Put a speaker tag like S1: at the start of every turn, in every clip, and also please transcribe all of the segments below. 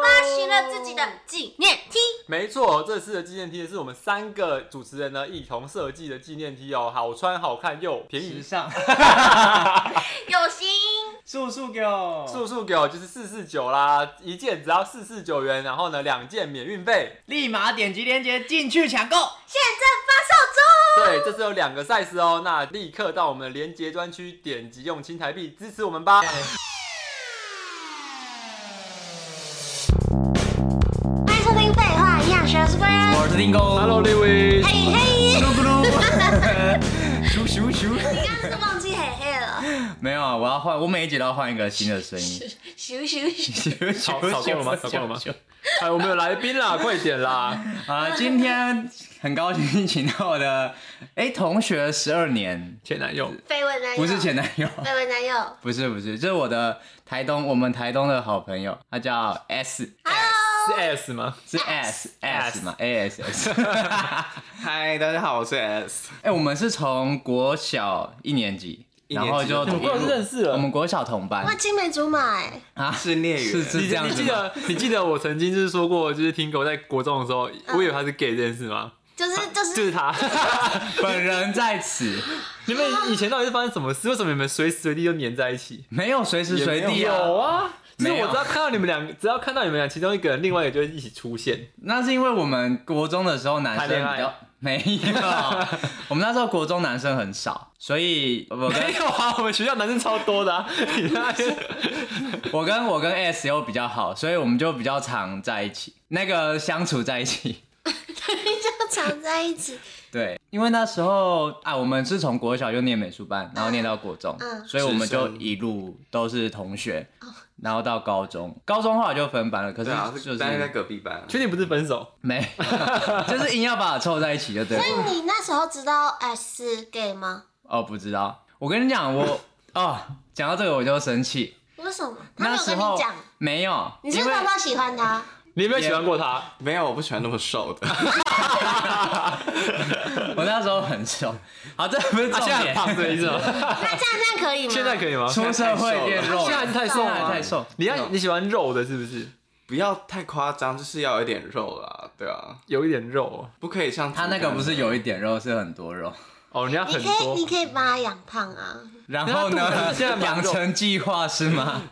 S1: 了自己的纪念 T。
S2: 没错，这次的纪念 T 是我们三个主持人呢一同设计的纪念 T 哦，好穿、好看又便
S3: 时
S2: 宜。
S3: 尚，
S1: 有型，
S3: 速速给我，
S2: 速速给我就是四四九啦，一件只要四四九元，然后呢两件免运费。
S3: 立马点击链接进去抢购。
S1: 现正
S2: 对，这次有两个 size 哦，那立刻到我们的连接专区点击用青台币支持我们吧。
S1: 发售中！欢迎收听《废话营养学》，我是 g r
S3: 我是丁工
S2: Hello Lewis，
S1: 嘿嘿，
S3: 咕噜咕噜，咻 咻
S1: 你
S3: 咻，
S1: 刚刚是忘记嘿哦嘿了，
S3: 没有，啊我要换，我每一集都要换一个新的声音。
S1: 咻咻咻，
S3: 咻
S2: 吵吵够了吗吵够 了吗哎，我们有来宾啦，快点啦！
S3: 啊，今天很高兴请到我的哎同学十二年，
S2: 前男友，
S1: 绯闻男友
S3: 不是前男友，
S1: 绯闻男友
S3: 不是不是，这是我的台东，我们台东的好朋友，他叫 S，
S2: 是 S 吗？
S3: 是 S S 嘛，A S S。
S4: 嗨，大家好，我是 S。
S3: 哎、我们是从国小一年级，
S4: 一
S3: 然
S4: 年级
S3: 后就
S4: 就
S3: 同
S4: 同
S2: 班认识了
S3: 我们国小同班
S1: 哇，青梅竹马哎，
S3: 啊，
S4: 是孽缘
S3: 是是
S2: 你
S3: 这样
S2: 你
S3: 子
S2: 记
S3: 吗？
S2: 得你记得我曾经就是说过，就是听狗在国中的时候，我以为他是 gay 这件事吗？
S3: 啊
S1: 就是就
S2: 就是是他。
S3: 本人在此，
S2: 你们以前到底是发生什么事？为什么你们随时随地就黏在一起？
S3: 没有随时随地啊。
S2: 有啊，就是
S3: 没有
S2: 我只要看到你们两，只要看到你们俩其中一个人，另外一个就会一起 出现。
S3: 那是因为我们国中的时候男生
S2: 谈恋
S3: 比
S2: 爱
S3: 较没 有，我们那时候国中男生很少，所以我
S2: 没
S3: 跟
S2: 有啊，我们学校男生超多的、啊。你那边
S3: 我跟我跟 S 又比较好，所以我们就比较常在一起，那个相处在一起。
S1: 就常在一起，
S3: 对，因为那时候啊，我们是从国小就念美术班，然后念到国中，
S1: 嗯
S3: 所以我们就一路都是同学，
S2: 嗯
S3: 然后到高中，高中后来就分班了，可是
S4: 对啊，
S3: 就是
S4: 是待在隔壁班啊。
S2: 确定不是分手？
S3: 没， 就是硬要把我凑在一起就对了。
S1: 那你那时候知道 S 是 gay 吗？
S3: 哦，不知道，我跟你讲， 我哦，讲到这个我就生气，
S1: 为什么？他没
S3: 那
S1: 有
S3: 时
S1: 跟
S3: 候
S1: 你讲，
S3: 没有，
S1: 你是
S3: 因
S1: 不
S3: 为
S1: 是偷偷喜欢 他？
S2: 你有没有喜欢过他？
S4: 没有，我不喜欢那么瘦的。
S3: 我那时候很瘦， 好，这不是
S2: 他
S3: 重
S2: 现在很
S3: 点，
S2: 胖，这意思吗？
S1: 那这样这样可以吗？
S2: 啊现在可以吗？
S3: 出社会变肉，
S2: 现在还是太瘦
S3: 现在
S2: 吗？
S3: 还太瘦
S2: 你要你喜欢肉的，是不是？
S4: 不要太夸张，就是要有一点肉啦，对啊，
S2: 有一点肉哦，
S4: 不可以像
S3: 他那个不是
S4: 有
S3: 有一点肉，是很多肉。
S2: 哦你要
S1: 你
S2: 很
S1: 可以，你
S2: 多。
S1: 可以把他养胖啊！
S3: 然后
S2: 那他肚
S3: 呢
S2: 子现在？蛮
S3: 养
S2: 肉
S3: 成计划是吗？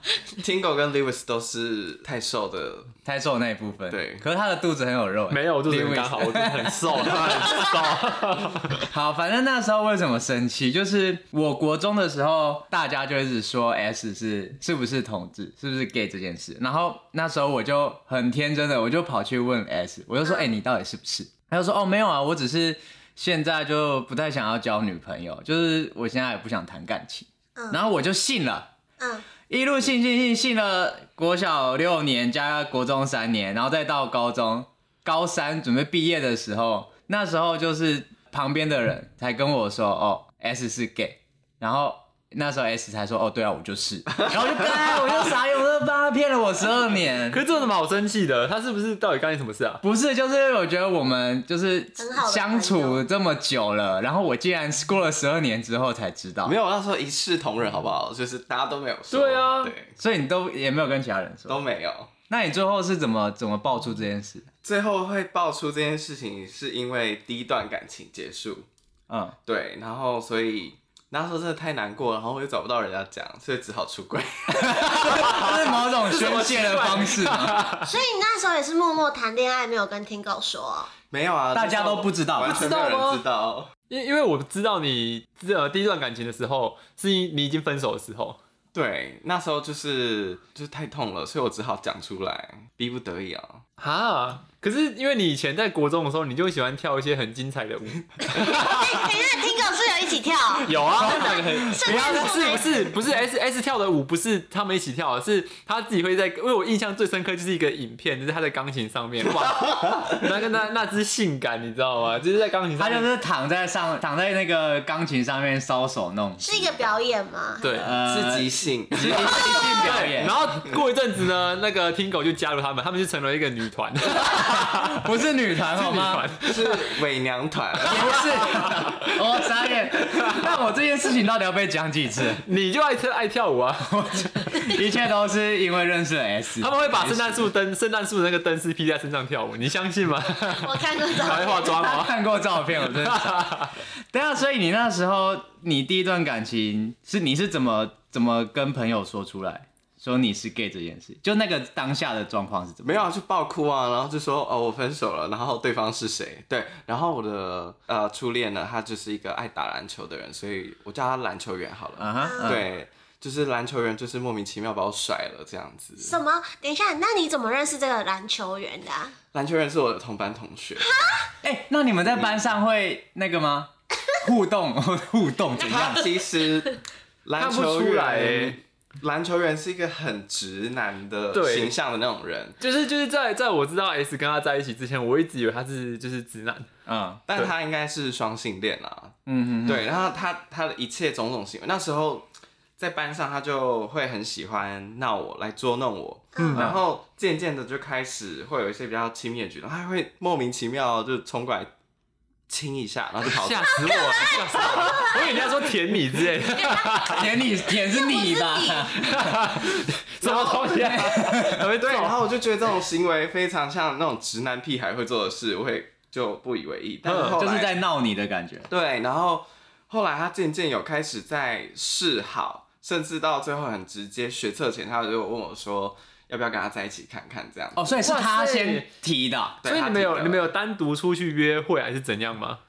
S4: Tingo 跟 Lewis 都是太瘦的，
S3: 太瘦那一部分。
S4: 对
S3: 可是他的肚子很有肉。
S2: 没有，我肚子很
S3: Lewis
S2: 刚好，我肚子很瘦，他很瘦。
S3: 好，反正那时候为什么生气，就是我国中的时候，大家就一直说 S 是是不是同志，是不是 gay 这件事。然后那时候我就很天真的，我就跑去问 S，我就说：“哎、你到底是不是？”他就说：“哦，没有啊，我只是现在就不太想要交女朋友，就是我现在也不想谈感情。”
S1: 嗯
S3: 然后我就信了。
S1: 嗯，
S3: 一路信信信信了国小六年加国中三年，然后再到高中高三准备毕业的时候，那时候就是旁边的人才跟我说，哦，S 是 gay，然后那时候 S 才说，哦，对啊，我就是，然后我就干，我就傻眼，我说他骗了我十二年
S2: 可。是这有什么好生气的？他是不是到底干你什么事啊？
S3: 不是，就是我觉得我们就是
S1: 很好的
S3: 相
S1: 朋
S3: 处
S1: 友
S3: 这么久了，然后我竟然过了十二年之后才知道
S4: 没，有我那时候一视同仁，好不好？就是大家都没有说，
S2: 对啊
S4: 对，
S3: 所以你都也没有跟其他人说。
S4: 都没有。
S3: 那你最后是怎么怎么爆出这件事？
S4: 最后会爆出这件事情，是因为第一段感情结束，
S3: 嗯，
S4: 对，然后所以那时候真的太难过了，然后我又找不到人家讲，所以只好出轨。
S3: 这是某种宣泄的方式 吗？
S1: 所以你那时候也是默默谈恋爱，没有跟听狗说哦、
S4: 没有啊，
S3: 大家都不知道
S4: 完全没有
S2: 不知道吗
S4: 人知道。
S2: 因因为我知道你呃第一段感情的时候，是你你已经分手的时候，
S4: 对，那时候就是就是太痛了，所以我只好讲出来，逼不得已啊。
S2: 哈。可是因为你以前在国中的时候，你就喜欢跳一些很精彩的舞，
S1: 哎、那听狗是有一起跳，
S2: 有啊，他们两个很
S1: 是
S2: 不要
S1: 是
S2: 不是不是不是 S S 跳的舞，不是他们一起跳的，是他自己会在。因为我印象最深刻就是一个影片，就是他在钢琴上面，哇，那个那那只性感，你知道吗？就是在钢琴上
S3: 他就
S2: 面，
S3: 是躺在上，躺在那个钢琴上面搔首弄姿，
S1: 是一个表演吗？
S2: 对。
S3: 呃，
S4: 是即兴，
S3: 即兴表
S2: 对，
S3: 演
S2: 然，后过一阵子呢，那个听狗就加入他们，他们就成了一个女 团，
S3: 不是女团好吗？
S2: 女团
S4: 是伪娘团，
S3: 也不是，我傻眼， 那我这件事情到底要被讲几次？
S2: 你就爱跳爱跳舞 啊！
S3: 一切都是因为认识了 S，
S2: 他们会把圣诞树灯、圣诞树的那个灯丝披在身上跳舞，你相 信吗？
S1: 我看过照
S2: 还会化
S1: 片，
S2: 妆哦
S3: 他
S2: 吗？
S3: 看过照片，我真的傻。对啊，所以你那时候你第一段感情是你是怎么怎么跟朋友说出来，说你是 gay 这件事？就那个当下的状况是怎么
S4: 没？有啊，就爆哭啊，然后就说哦我分手了，然后对方是谁？对，然后我的呃初恋呢，他就是一个爱打篮球的人，所以我叫他篮球员好了。
S3: 啊哈，嗯，
S4: 对，就是篮球员，就是莫名其妙把我甩了这样子。
S1: 什么？等一下，那你怎么认识这个篮球员的、啊？
S4: 篮球员是我的同班同学，
S3: 哎、那你们在班上会那个 吗？互动 互动怎样
S4: 他？其实篮球
S2: 看不出来欸
S4: 员，篮球员是一个很直男的
S2: 对
S4: 形象的那种人，
S2: 就是就是在在我知道 S 跟他在一起之前，我一直以为他是就是直男，
S3: 嗯
S4: 但
S2: 对
S4: 他应该是双性恋啦。
S3: 嗯嗯，
S4: 啊对，然后他他的一切种种行为，那时候在班上他就会很喜欢闹我，来捉弄我，
S2: 嗯
S4: 然后渐渐的就开始会有一些比较亲密的举动，他还会莫名其妙就冲过来亲一下，然后就跑走。
S2: 吓死我了，吓死我啊了！我以为你要说舔你之 类的，
S3: 舔你舔是你吧
S1: 不？是
S2: 什么东西啊？还会
S4: 对，然
S2: 揍
S4: 后我就觉得这种行为非常像那种直男屁孩会做的事，我会就不以为意。但是
S2: 嗯
S4: 后来
S3: 就是在闹你的感觉。
S4: 对，然后后来他渐渐有开始在示好，甚至到最后很直接，学测前他就问我说要不要跟他在一起看看这样。
S3: 哦，所以是他
S2: 哇塞
S3: 先提的啊。
S4: 对
S2: 所以
S4: 他
S2: 你们
S4: 提
S2: 有
S4: 的
S2: 你们有单独出去约会还是怎样吗？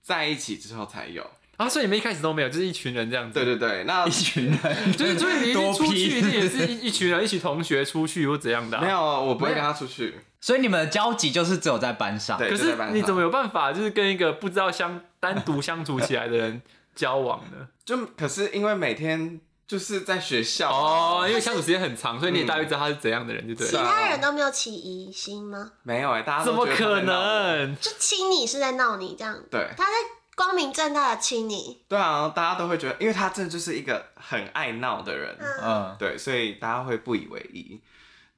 S4: 在一起之后才有。
S2: 啊，所以你们一开始都没有，就是一群人这样子。
S4: 对对对，那
S3: 一群人，
S2: 就是就是你一定
S3: 多
S2: 出去，
S3: 批
S2: 一定也是一一群人，一群同学出去或怎样的啊、
S4: 没有，我不
S2: 没
S4: 会
S2: 有
S4: 跟他出去。
S3: 所以你们的交集就是只有在班上。
S4: 对，
S2: 可
S4: 就
S2: 是
S4: 在班
S2: 你
S4: 上
S2: 怎么有办法，就是跟一个不知道相单独相处起来的人交往 呢？
S4: 就？可是因为每天就是在学校
S2: 哦，因为相处时间很长，所以你也大约知道他是怎样的人，就对
S1: 其
S2: 了。
S4: 是
S1: 他人都没有起疑心吗？
S4: 没有哎、大家
S2: 怎
S4: 都
S2: 么
S4: 觉得他
S2: 可
S4: 在闹我？
S2: 能？
S1: 就亲你是在闹你这样，
S4: 对
S1: 他在光明正大的亲你，
S4: 对啊，大家都会觉得，因为他真的就是一个很爱闹的人。
S3: 嗯，
S4: 对，所以大家会不以为意。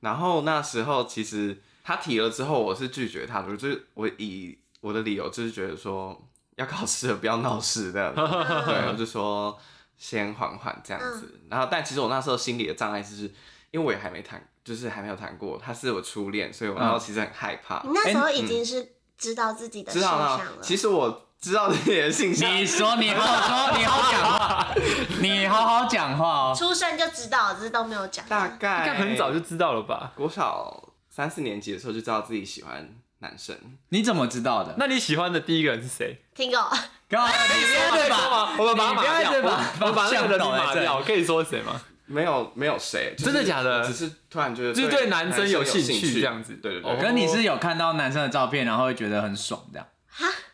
S4: 然后那时候其实他提了之后，我是拒绝他的，就是我以我的理由就是觉得说要考试了，不要闹事这样子。对，我就说先缓缓这样子。
S1: 嗯
S4: 然后，但其实我那时候心里的障碍就是，因为我也还没谈，就是还没有谈过，他是我初恋，所以我那时
S2: 嗯
S4: 候其实很害怕
S1: 你。那时候已经是知道自己的
S2: 哎
S4: 知
S1: 形
S4: 道
S1: 象
S4: 吗
S1: 了。？
S4: 其实我知道自己的性向，
S3: 你说你好好说，你好好讲话， 你好好讲话哦。
S1: 出生就知道，只是都没有讲。
S4: 大
S2: 应
S4: 概
S2: 该很早就知道了吧？
S4: 国小三四年级的时候就知道自己喜欢男生。
S3: 你怎么知道的？
S2: 那你喜欢的第一个人是谁？啊
S1: 听过，
S3: 干嘛？你不要再
S2: 说嘛
S3: 把，
S2: 我们把他
S3: 你不要
S2: 码掉，
S3: 再把
S2: 我我把那个人名
S3: 倒
S2: 码
S3: 在
S2: 掉，可以说谁吗？
S4: 没有没有谁，就是
S2: 真的假的
S4: 我只是突然觉得，
S2: 就是对男生有
S4: 有
S2: 兴趣
S4: 趣
S2: 这样子
S4: 对对
S2: 哦
S4: 对。
S3: 可是你是有看到男生的照片，然后会觉得很爽这样。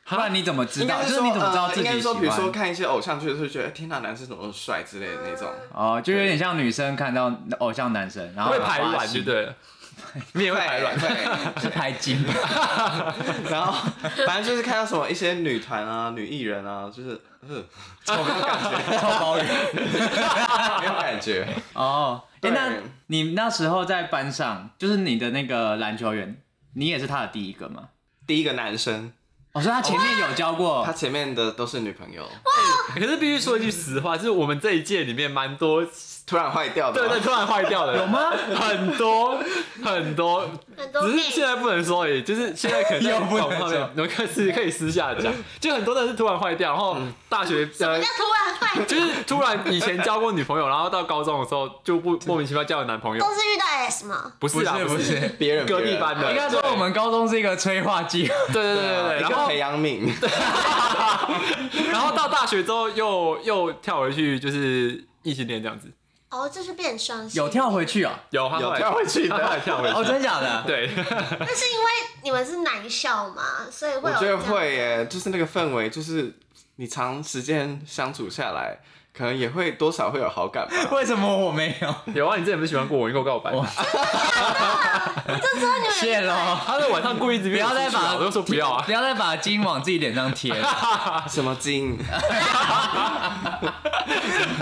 S3: 不然你怎么知
S4: 应
S3: 道？
S4: 该
S3: 就是是
S4: 说
S3: 你怎么知道
S4: 呃
S3: 自
S4: 应该
S3: 己
S4: 是
S3: 喜
S4: 说，比如说
S3: 欢？
S4: 看一些偶像剧，就觉得天哪，男生怎么那么帅之类的那种。
S3: 哦，就有点像女生看到偶像男生，然后
S2: 会排卵就
S3: 心，
S2: 对了，你 也会排卵。
S4: 对，
S3: 是排 精吧。
S4: 对 然后反正就是看到什么一些女团啊、女艺人啊，就是嗯，
S3: 臭包人
S4: 没有感觉。
S3: 哦。哎，
S4: 对
S3: 那你那时候在班上，就是你的那个篮球员，你也是他的第一个吗？
S4: 第一个男生，
S3: 我说他前面有教
S2: 哦
S3: 过
S4: 他前面的都是女朋友，
S2: 可是必须说一句实话，就是我们这一届里面蛮多，
S4: 突然坏掉的。
S2: 对对，突然坏掉的，有吗？很多很多，
S1: 很多
S2: 只是
S1: gay
S2: 现在不能说而已，就是现在可能
S3: 又不能
S2: 网上面
S3: 说
S2: 有可以私可以私下讲，就很多人是突然坏掉，然后大学呃
S1: 人家突然坏，
S2: 就是突然以前交过女朋友，然后到高中的时候就不莫名其妙交了男朋友，
S1: 都是遇到 S 嘛，
S2: 不是啊，
S3: 不是
S2: 不
S3: 不是
S4: 别人
S2: 隔壁班的
S3: 应该说我们高中是一个催化 剂，
S2: 对对对对对，
S4: 啊一
S2: 然
S4: 个
S2: 后
S4: 培养皿，
S2: 然后到大学之后又又跳回去就是异性恋这样子，
S1: 哦，这是变双性。
S3: 有跳回去哦。
S2: 有他后
S4: 有
S2: 来
S4: 跳回去
S2: 他后来
S4: 的。
S2: 跳回
S3: 哦，
S2: 去，
S3: 真假的？
S2: 对，
S1: 那是因为你们是男校嘛，所以会
S4: 我
S1: 有
S4: 觉
S1: 这
S4: 得
S1: 样。啊
S4: 会耶，就是那个氛围，就是你长时间相处下来，可能也会多少会有好 感吧。
S3: 为什么我没有？
S2: 有啊，你之前不是喜欢过我，你跟我告白。
S1: 我就知道你们
S3: 谢喽。
S2: 他在晚上故意一直
S3: 不
S2: 不
S3: 要再把
S2: 我就说不要啊
S3: 不。要再把金往自己脸上 贴。了。
S4: 什么金？
S3: oh my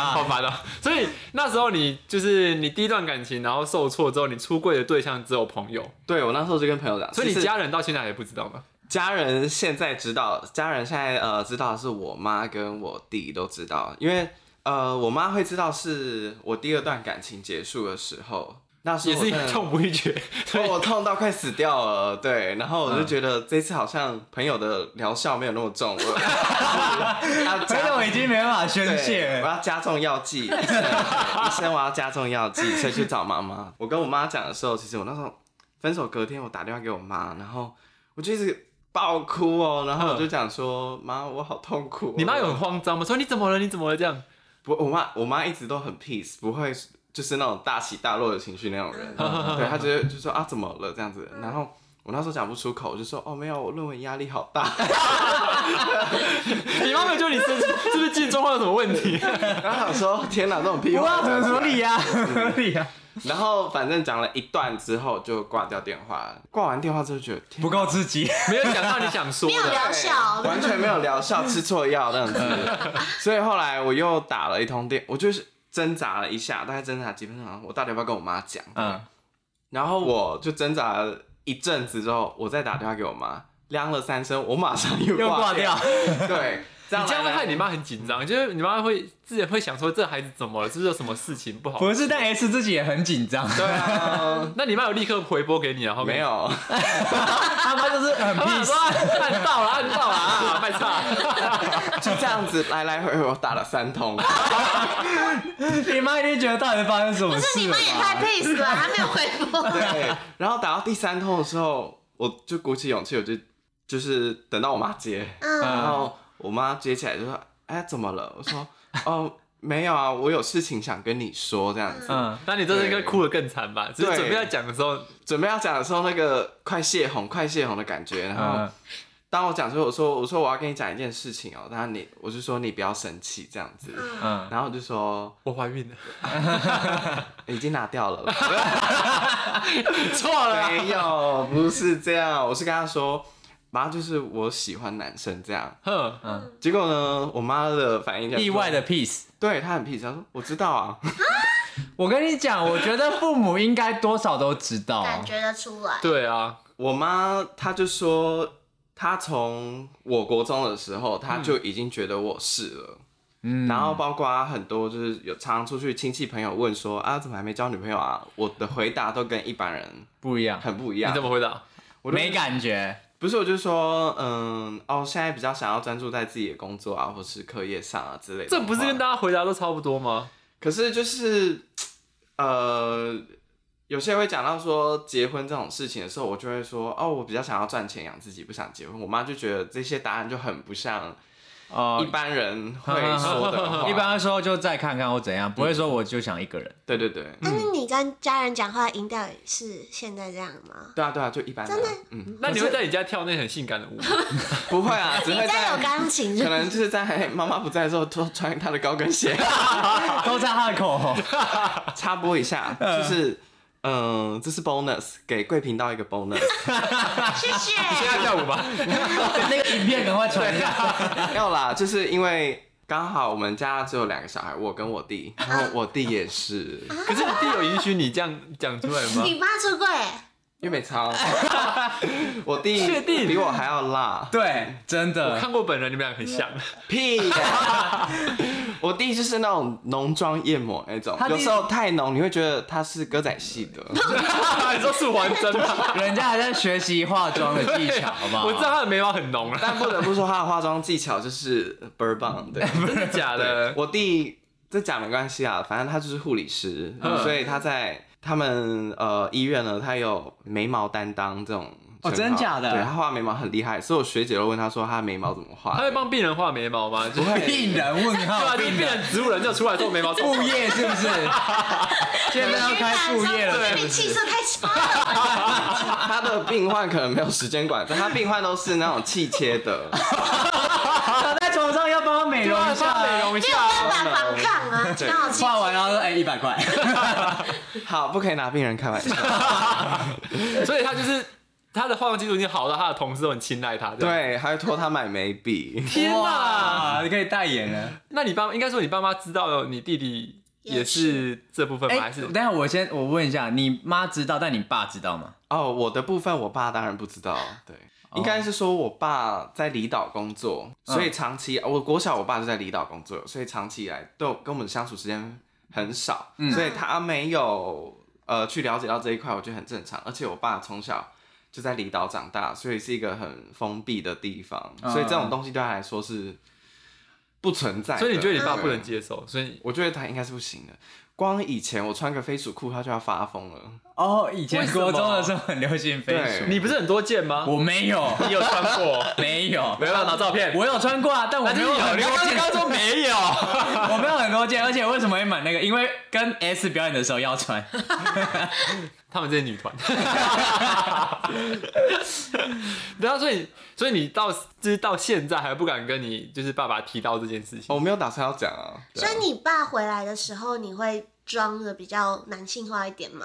S2: 好
S3: god！
S2: 烦啊！所以那时候你就是你第一段感情，然后受挫之后，你出柜的对象只有朋友，
S4: 对我那时候就跟朋友讲，
S2: 所以
S4: 其
S2: 你
S4: 实
S2: 家人到现在还不知道吗？
S4: 家人现在知道，家人现在呃知道是我妈跟我弟都知道，因为呃我妈会知道是我第二段感情结束的时候，那时
S2: 也
S4: 候我
S2: 是
S4: 真的
S2: 痛不欲绝。
S4: 哦我痛到快死掉了，对，然后我就觉得这次好像朋友的疗效没有那么重了，要
S3: 朋友已经没办法宣泄
S4: 对，我
S3: 了。
S4: 要加重药 剂，医生，对医生我要加重药剂，所以去找妈妈。我跟我妈讲的时候，其实我那时候分手隔天，我打电话给我妈，然后我就一直爆哭哦，然后我就讲说，妈，我好痛苦哦、
S2: 你妈有很慌张吗？说你怎么了？你怎么了？这样，
S4: 不，我妈我妈一直都很 peace，不会就是那种大起大落的情绪那 种人。对她觉得就说啊怎么了这样子，然后我那时候讲不出口，我就说哦没有，我论文压力好大。
S2: 你妈没有觉得你生气，是不是精神状况有什么问题？
S4: 然后想说天哪，这种屁
S3: 不
S4: 话
S3: 要合合理
S4: 啊。
S3: 呀，合理呀，
S4: 然后反正讲了一段之后就挂掉电话，挂完电话之后觉得天
S3: 不够刺激。
S2: 没有讲到你想说
S1: 没有
S2: 的。
S1: 疗效，
S4: 完全没有疗效，吃错药这 样子。所以后来我又打了一通电，我就是挣扎了一下，大概挣扎几分钟，然后我到底要不要跟我妈讲？
S3: 嗯，
S4: 然后我就挣扎了一阵子之后，我再打电话给我妈，量了三声，我马上又
S3: 又挂
S4: 掉
S3: 掉。。
S4: 对，这
S2: 你
S4: 样
S2: 这样会
S4: 来来
S2: 害你妈很紧张，就是你妈会自己会想说这孩子怎么了？是不是有什么事情不好？
S3: 不是，但 S 自己也很紧张，
S4: 对 啊，
S2: 那你妈有立刻回拨给你，然啊后跟
S4: 没
S2: 你
S4: 有，
S3: 他妈就是很
S2: 他妈
S3: peace
S2: 说。按到了，按到了啊，卖差。
S4: 就这样子来来回回我打了三通，
S3: 你妈一定觉得到底发生什么
S1: 不是
S3: 事
S1: 你
S3: 了
S1: 妈也太
S3: 吧？
S1: peace 了，啊还没有回复。
S4: 对，啊然后打到第三通的时候，我就鼓起勇气，我就就是等到我妈接，
S1: 嗯，
S4: 然
S3: 嗯，
S4: 后我妈接起来就说：“哎，怎么了？”我说：“ 哦，没有啊，我有事情想跟你说。”这样子，
S3: 嗯，
S2: 那你这是应该哭得更惨吧？只是
S4: 对
S2: 准备要讲的时候，
S4: 准备要讲的时候，那个快泄洪、快泄洪的感觉，然后。
S3: 嗯，
S4: 当我讲说，我说我说我要跟你讲一件事情哦、然后你我就说你不要生气这样子，
S3: 嗯，
S4: 然后我就说哎
S2: 我怀孕了，
S4: 已经拿掉了，
S2: 错了啊。
S4: 没有，不是这样， 我是跟他说，妈就是我喜欢男生这样，
S2: 哼，
S4: 结果呢，我妈的反应
S3: 嗯意外
S4: 的，
S3: 的 peace。
S4: 对她很屁，她说我知道啊，
S3: 我跟你讲，我觉得父母应该多少都知道。
S1: 感觉得出来。
S2: 对啊，
S4: 我妈她就说她从我国中的时候，她
S2: 嗯
S4: 就已经觉得我是了。
S3: 嗯
S4: 然后包括很多就是有常常出去亲戚朋友问说啊怎么还没交女朋友啊，我的回答都跟一般人
S3: 不一样，
S4: 很不一样
S2: 你怎。么回答？
S4: 我就
S3: 没感觉。
S4: 不是，我就说嗯哦，现在比较想要专注在自己的工作啊，或是课业上啊之类的。
S2: 这不是跟
S4: 家，
S2: 大家回答都差不多吗？
S4: 可是就是呃，有些人会讲到说结婚这种事情的时候，我就会说哦，我比较想要赚钱养自己，不想结婚。我妈就觉得这些答案就很不像一
S3: 哦，
S4: 般人会说的话。
S3: 嗯一般的时候就再看看或怎样，不会说我就想一 个人。
S4: 对对对，
S1: 但是你跟家人讲话的音调也是现在这样吗？
S4: 对啊对啊，就一般
S1: 真的
S4: 人嗯。
S2: 那你会在你家跳那很性感的舞 吗？
S4: 不会 啊，只
S1: 你
S4: 会
S1: 家
S4: 在
S1: 有钢琴是
S4: 可
S1: 不
S4: 能
S1: 是？
S4: 就是在妈妈不在的时候偷穿她的高跟鞋
S3: 都在他的口红。
S4: 插播一下，就是嗯、这是 bonus 给贵频道一个 bonus，
S1: 谢谢。
S2: 现在跳 舞吧。
S3: 那个影片赶快传一下。
S4: 没有啦，就是因为刚好我们家只有两个小孩，我跟我弟，然后我弟也是，
S2: 可是你弟有允许你这样讲出来吗？
S3: 嗯
S1: 你妈出柜，
S4: 因为没差，哦 我弟
S2: 确定
S4: 比我还要辣，
S3: 对，真
S2: 我
S3: 的。
S2: 看过本人，你们俩很像。
S4: 屁、 我弟就是那种浓妆艳抹那种
S3: 他，弟
S4: 有时候太浓，你会觉得他是歌仔戏的。
S3: 嗯
S2: 你说素还真吗？
S3: 人家还在学习化妆的技 巧，好不好？
S2: 我知道他的眉毛很浓啊了，
S4: 但不得不说，他的化妆技巧就是倍儿棒的。
S2: 真的假
S4: 对
S2: 的，？
S4: 我弟这讲没关系啊，反正他就是护理师，
S2: 嗯
S4: 所以他在他们呃医院呢，他有眉毛担当这种称号。
S3: 哦真假的
S4: 对他画眉毛很厉害，所以我学姐都问他说他的眉毛怎么画的。
S2: 他会帮病人画眉毛吗？就是
S3: 病人问
S2: 对
S3: 号，
S2: 啊，就是
S3: 病
S2: 病
S3: 人
S2: 人植物人就出来做眉毛，
S3: 副业是不是？ 现在要开副业了，
S1: 你
S3: 是
S1: 们
S3: 不
S1: 气
S3: 是？
S1: 色太差了。
S4: 他的病患可能没有时间管，但他病患都是那种气切的。
S3: 躺在床上要帮他美
S2: 对
S3: 容
S2: 啊，
S3: 一
S2: 帮美
S3: 下，
S2: 容一
S1: 没有办法
S2: 下。
S1: 反抗啊，刚好气。
S3: 画完然后说哎一百块，
S4: 好，不可以拿病人开玩笑。
S2: 所以他就是他的化妆技术已经好到他的同事都很青睐他。这样，
S4: 对，还会托他买眉笔。
S2: 天哪！
S3: 哇，你可以代言了。
S2: 那你爸应该说你爸妈知道你弟弟也
S1: 也
S2: 是这部分吗？还是
S3: 哎等一下我先我问一下，你妈知道，但你爸知道吗？
S4: 哦，我的部分我爸当然不知道，对，应该是说我爸在离岛工作，所
S2: 嗯
S4: 以长期我国小我爸就在离岛工作，所以长期以来都有跟我们相处时间很少，
S2: 嗯
S4: 所以他没有呃去了解到这一块，我觉得很正常。而且我爸从小就在离岛长大，所以是一个很封闭的地方，
S3: 嗯
S4: 所以这种东西对他来说是不存在的。
S2: 所以你觉得你爸不能接
S4: 对
S2: 受，所以
S4: 我觉得他应该是不行的。光以前我穿个飞鼠裤，他就要发疯了。
S3: 哦，以
S2: 为
S3: 前
S2: 什么
S3: 国中的时候很流行飞
S4: 对
S3: 鼠，
S2: 你不是很多件吗？
S3: 我没有，
S2: 你有穿过？
S3: 没有，
S2: 没办法拿照片，
S3: 我有穿过啊，但我
S2: 那就
S3: 没
S2: 是
S3: 有
S2: 有。
S3: 很
S2: 你
S3: 多
S2: 刚刚
S3: 件，
S2: 刚说没有，
S3: 我没有很多件，而且为什么会买那个？因为跟 S 表演的时候要穿。
S2: 他们这些女团。 对啊，所以所以你到就是到现在还不敢跟你就是爸爸提到这件事情。
S3: 哦
S4: 哦我没有打算要讲啊。对
S1: 所
S4: 啊
S1: 以你爸回来的时候，你会装的比较男性化一点吗？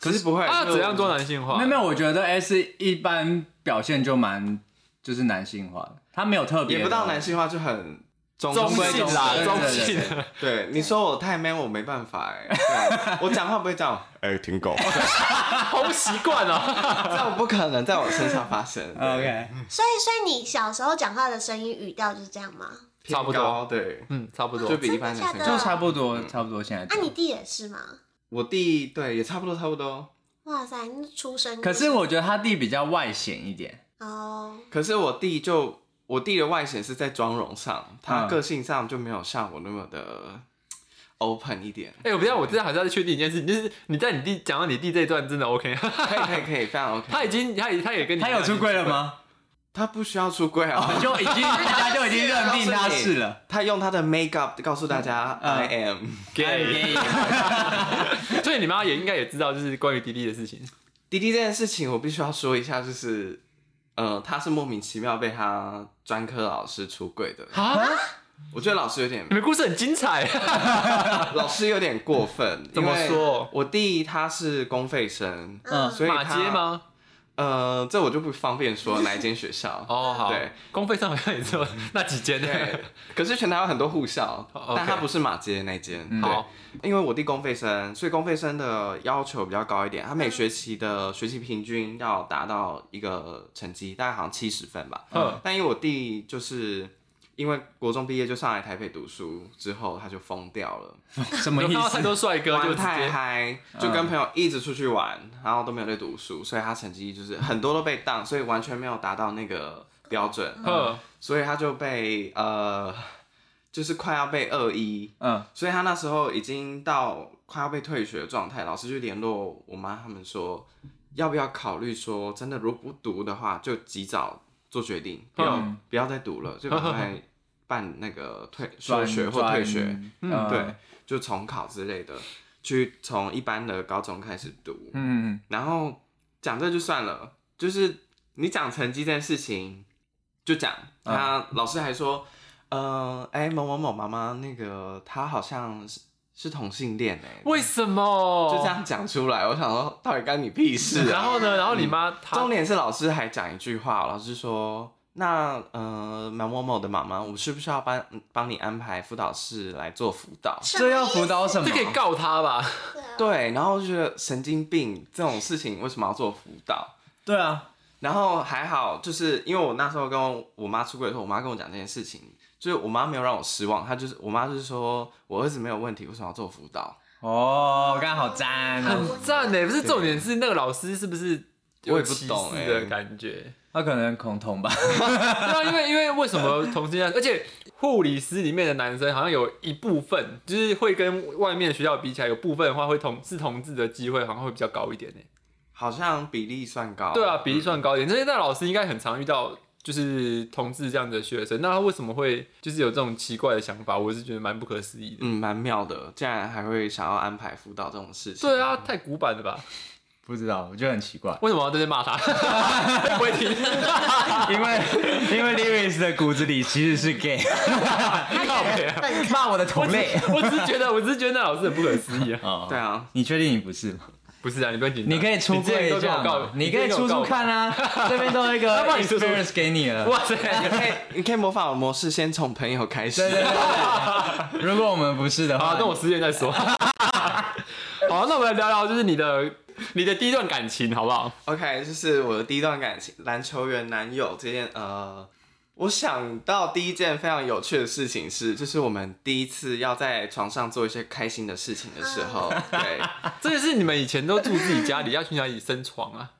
S4: 可是不会，
S2: 他
S4: 就
S2: 啊怎样做男性化？
S3: 没有没有，我觉得 S 一般表现就蛮就是男性化的，他没有特别
S4: 也
S3: 的
S4: 不到男性化，就很中
S2: 中
S3: 规
S2: 性
S3: 中
S2: 啦，
S3: 矩对
S2: 中
S3: 对
S2: 性
S3: 对。
S4: 对，你说我太 man，我没办法哎、对啊我讲话不会这样，哎、挺狗，
S2: 好不习惯啊！
S4: 这样不可 能在我身上发生。对
S3: OK，
S1: 所以，所以你小时候讲话的声音语调就是这样吗？
S4: 偏
S2: 差不多
S4: 高对，
S2: 嗯，差不
S4: 就
S2: 多。
S4: 比一般男
S1: 真的假
S4: 生
S1: 的
S3: 就
S4: 高。
S3: 差不多差不多现在
S1: 啊，
S3: 这样。
S1: 你弟也是吗？
S4: 我弟对也差不多，差不多。
S1: 哇塞，那出生
S3: 可是我觉得他弟比较外显一点，
S1: 哦，
S4: 可是我弟就我弟的外显是在妆容上，他
S3: 嗯
S4: 个性上就没有像我那么的 open 一点。
S2: 哎、我不要，我真的还是要确定一件事情，就是你在你弟讲到你弟这一段真的 OK，
S4: 可以可以可以，非常 OK。
S2: 他已经他也他也跟你
S3: 他有出柜了？吗？
S4: 他不需要出柜啊，
S3: 就已经大家就已经认定他是 了。
S4: 他用他的 make up 告诉大家
S3: 嗯
S4: I am。
S2: 给，所以你妈也应该也知道，就是关于弟弟的事情。
S4: 滴滴这件事情，我必须要说一下，就是，呃，他是莫名其妙被他专科老师出柜的。
S2: 啊！
S4: 我觉得老师 有点
S2: 你，们故事很精彩，
S4: 老师有点过分。
S2: 怎么
S4: 因为
S2: 说
S4: 我弟他是公费生，
S3: 嗯
S4: 所以
S2: 马
S4: 他
S2: 街？吗？
S4: 呃，这我就不方便说哪一间学校。
S2: 哦，好
S4: 对，
S2: 公费上好像也只有那几间。
S4: 嗯对，可是全台湾很多护校
S2: 哦，OK
S4: 但
S2: 嗯
S4: 他不是马街那间。
S2: 好，
S4: 对，因为我弟公费生，所以公费生的要求比较高一点，他每学期的学习平均要达到一个成绩，大概好像七十分吧。
S2: 嗯
S4: 但因为我弟就是因为国中毕业就上来台北读书，之后他就疯掉了，
S3: 什么
S2: 有
S3: 意
S2: 看到太
S3: 思？
S2: 多帅哥就
S4: 玩
S2: 直
S4: 太
S2: 接嗯
S4: 嗨，就跟朋友一直出去玩，然后都没有在读书，所以他成绩就是很多都被当，所以完全没有达到那个标准，
S2: 嗯，
S4: 所以他就被呃，就是快要被恶意。
S3: 嗯，
S4: 所以他那时候已经到快要被退学的状态，老师就联络我妈他们说，要不要考虑说，真的如果不读的话，就及早做决定，不要、
S2: 嗯
S4: 不要再读 了，就赶快办那个退休
S3: 转
S4: 学或退学，，
S3: 转嗯
S4: 对，就重考之类的，去从一般的高中开始读。
S3: 嗯，嗯
S4: 然后讲这就算了，就是你讲成绩这件事情，就讲
S3: 嗯
S4: 他老师还说，呃，哎、某某某妈妈那个她好像是是同性恋哎、
S2: 为什么
S4: 就这？样讲出来，我想说到底干你屁事
S2: 然
S4: 啊？
S2: 后呢？然后你妈她
S4: 重点是老师还讲一句话，老师说。那呃，某某某的妈妈，我是不是要帮帮你安排辅导室来做辅导？
S3: 这要辅导什么
S2: 这？可以告她吧？
S4: 嗯
S1: 啊
S4: 对，啊然后就觉得神经病这种事情为什么要做辅导？
S3: 对啊，
S4: 然后还好，就是因为我那时候跟我妈出轨的时候，我妈跟我讲这件事情，就是我妈没有让我失望，她就是我妈就是说我儿子没有问题，为什么要做辅导？
S3: 哦，刚好沾啊，
S2: 很赞欸呢，不是重点是那个老师是不是？
S4: 我也不懂欸
S2: 的感觉。
S3: 他可能恐同吧。
S2: 对啊，因为因为为什么同性恋？而且护理师里面的男生好像有一部分，就是会跟外面的学校比起来，有部分的话会同是同志的机会好像会比较高一点呢。欸
S4: 好像比例算
S3: 哦
S4: 高。
S2: 对啊，比例算高一点。这些那老师应该很常遇到就是同志这样的学生，那他为什么会就是有这种奇怪的想法？我是觉得蛮不可思议的。
S4: 嗯，蛮妙的，竟然还会想要安排辅导这种事情。
S2: 对啊，太古板了吧？
S3: 不知道，我觉得很奇怪，
S2: 为什么要在这骂他？ 不 会听，
S3: 因为因为 Lewis 的骨子里其实是 gay，
S2: 靠北啊！
S3: 骂我的同类。
S2: 我只是觉得，我只是觉得那老师很不可思议啊！
S3: 哦
S4: 对，啊，
S3: 你确定你不是吗？
S2: 不是啊，你不要紧张，
S3: 你可以出
S2: 之前
S3: 柜
S2: 都
S3: 一
S2: 跟我
S3: 下
S2: 告
S3: 嘛，你可以出出。看啊， 这边都有一
S2: 那
S3: 个
S2: 不然你出出
S3: experience 给你了。
S2: 哇塞！
S4: 你可以你可以模仿我模式，先从朋友开 始
S3: 对。对对对，如果我们不是的
S2: 好，啊
S3: 话，
S2: 等我失恋再说。好，那我们来聊聊就是你的你的第一段感情好不好？
S4: OK，就是我的第一段感情，篮球员男友这件，呃，我想到第一件非常有趣的事情是，就是我们第一次要在床上做一些开心的事情的时候，对，
S2: 这个是你们以前都住自己家里，要去哪里生床啊？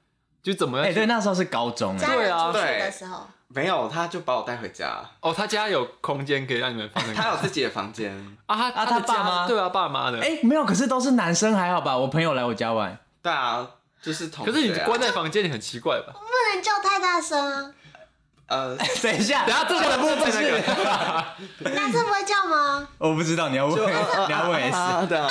S2: 就怎么样
S3: 哎、
S2: 去？
S3: 对，那时候是高中哎、
S1: 家人出去
S4: 对
S1: 的时候，
S4: 没有，他就把我带回家，
S2: 哦，他家有空间可以让你们放那个。
S4: 他有自己的房间，
S2: 啊，他
S3: 啊
S2: 他的
S3: 他爸
S2: 家
S3: 妈
S2: 对啊，爸妈的。
S3: 哎、没有，可是都是男生还好吧？我朋友来我家 玩，
S4: 对啊，就是同学、
S2: 可
S4: 啊，
S2: 是你关在房间里很奇怪吧？
S1: 不能叫太大声啊，
S4: 呃，
S3: 等一下，
S2: 等一下这个
S3: 不
S2: 这个
S3: 是，
S1: 男生不会叫吗？
S3: 我不知道你要问，
S4: 就 呃
S3: 你要问 S，、
S4: 啊对啊。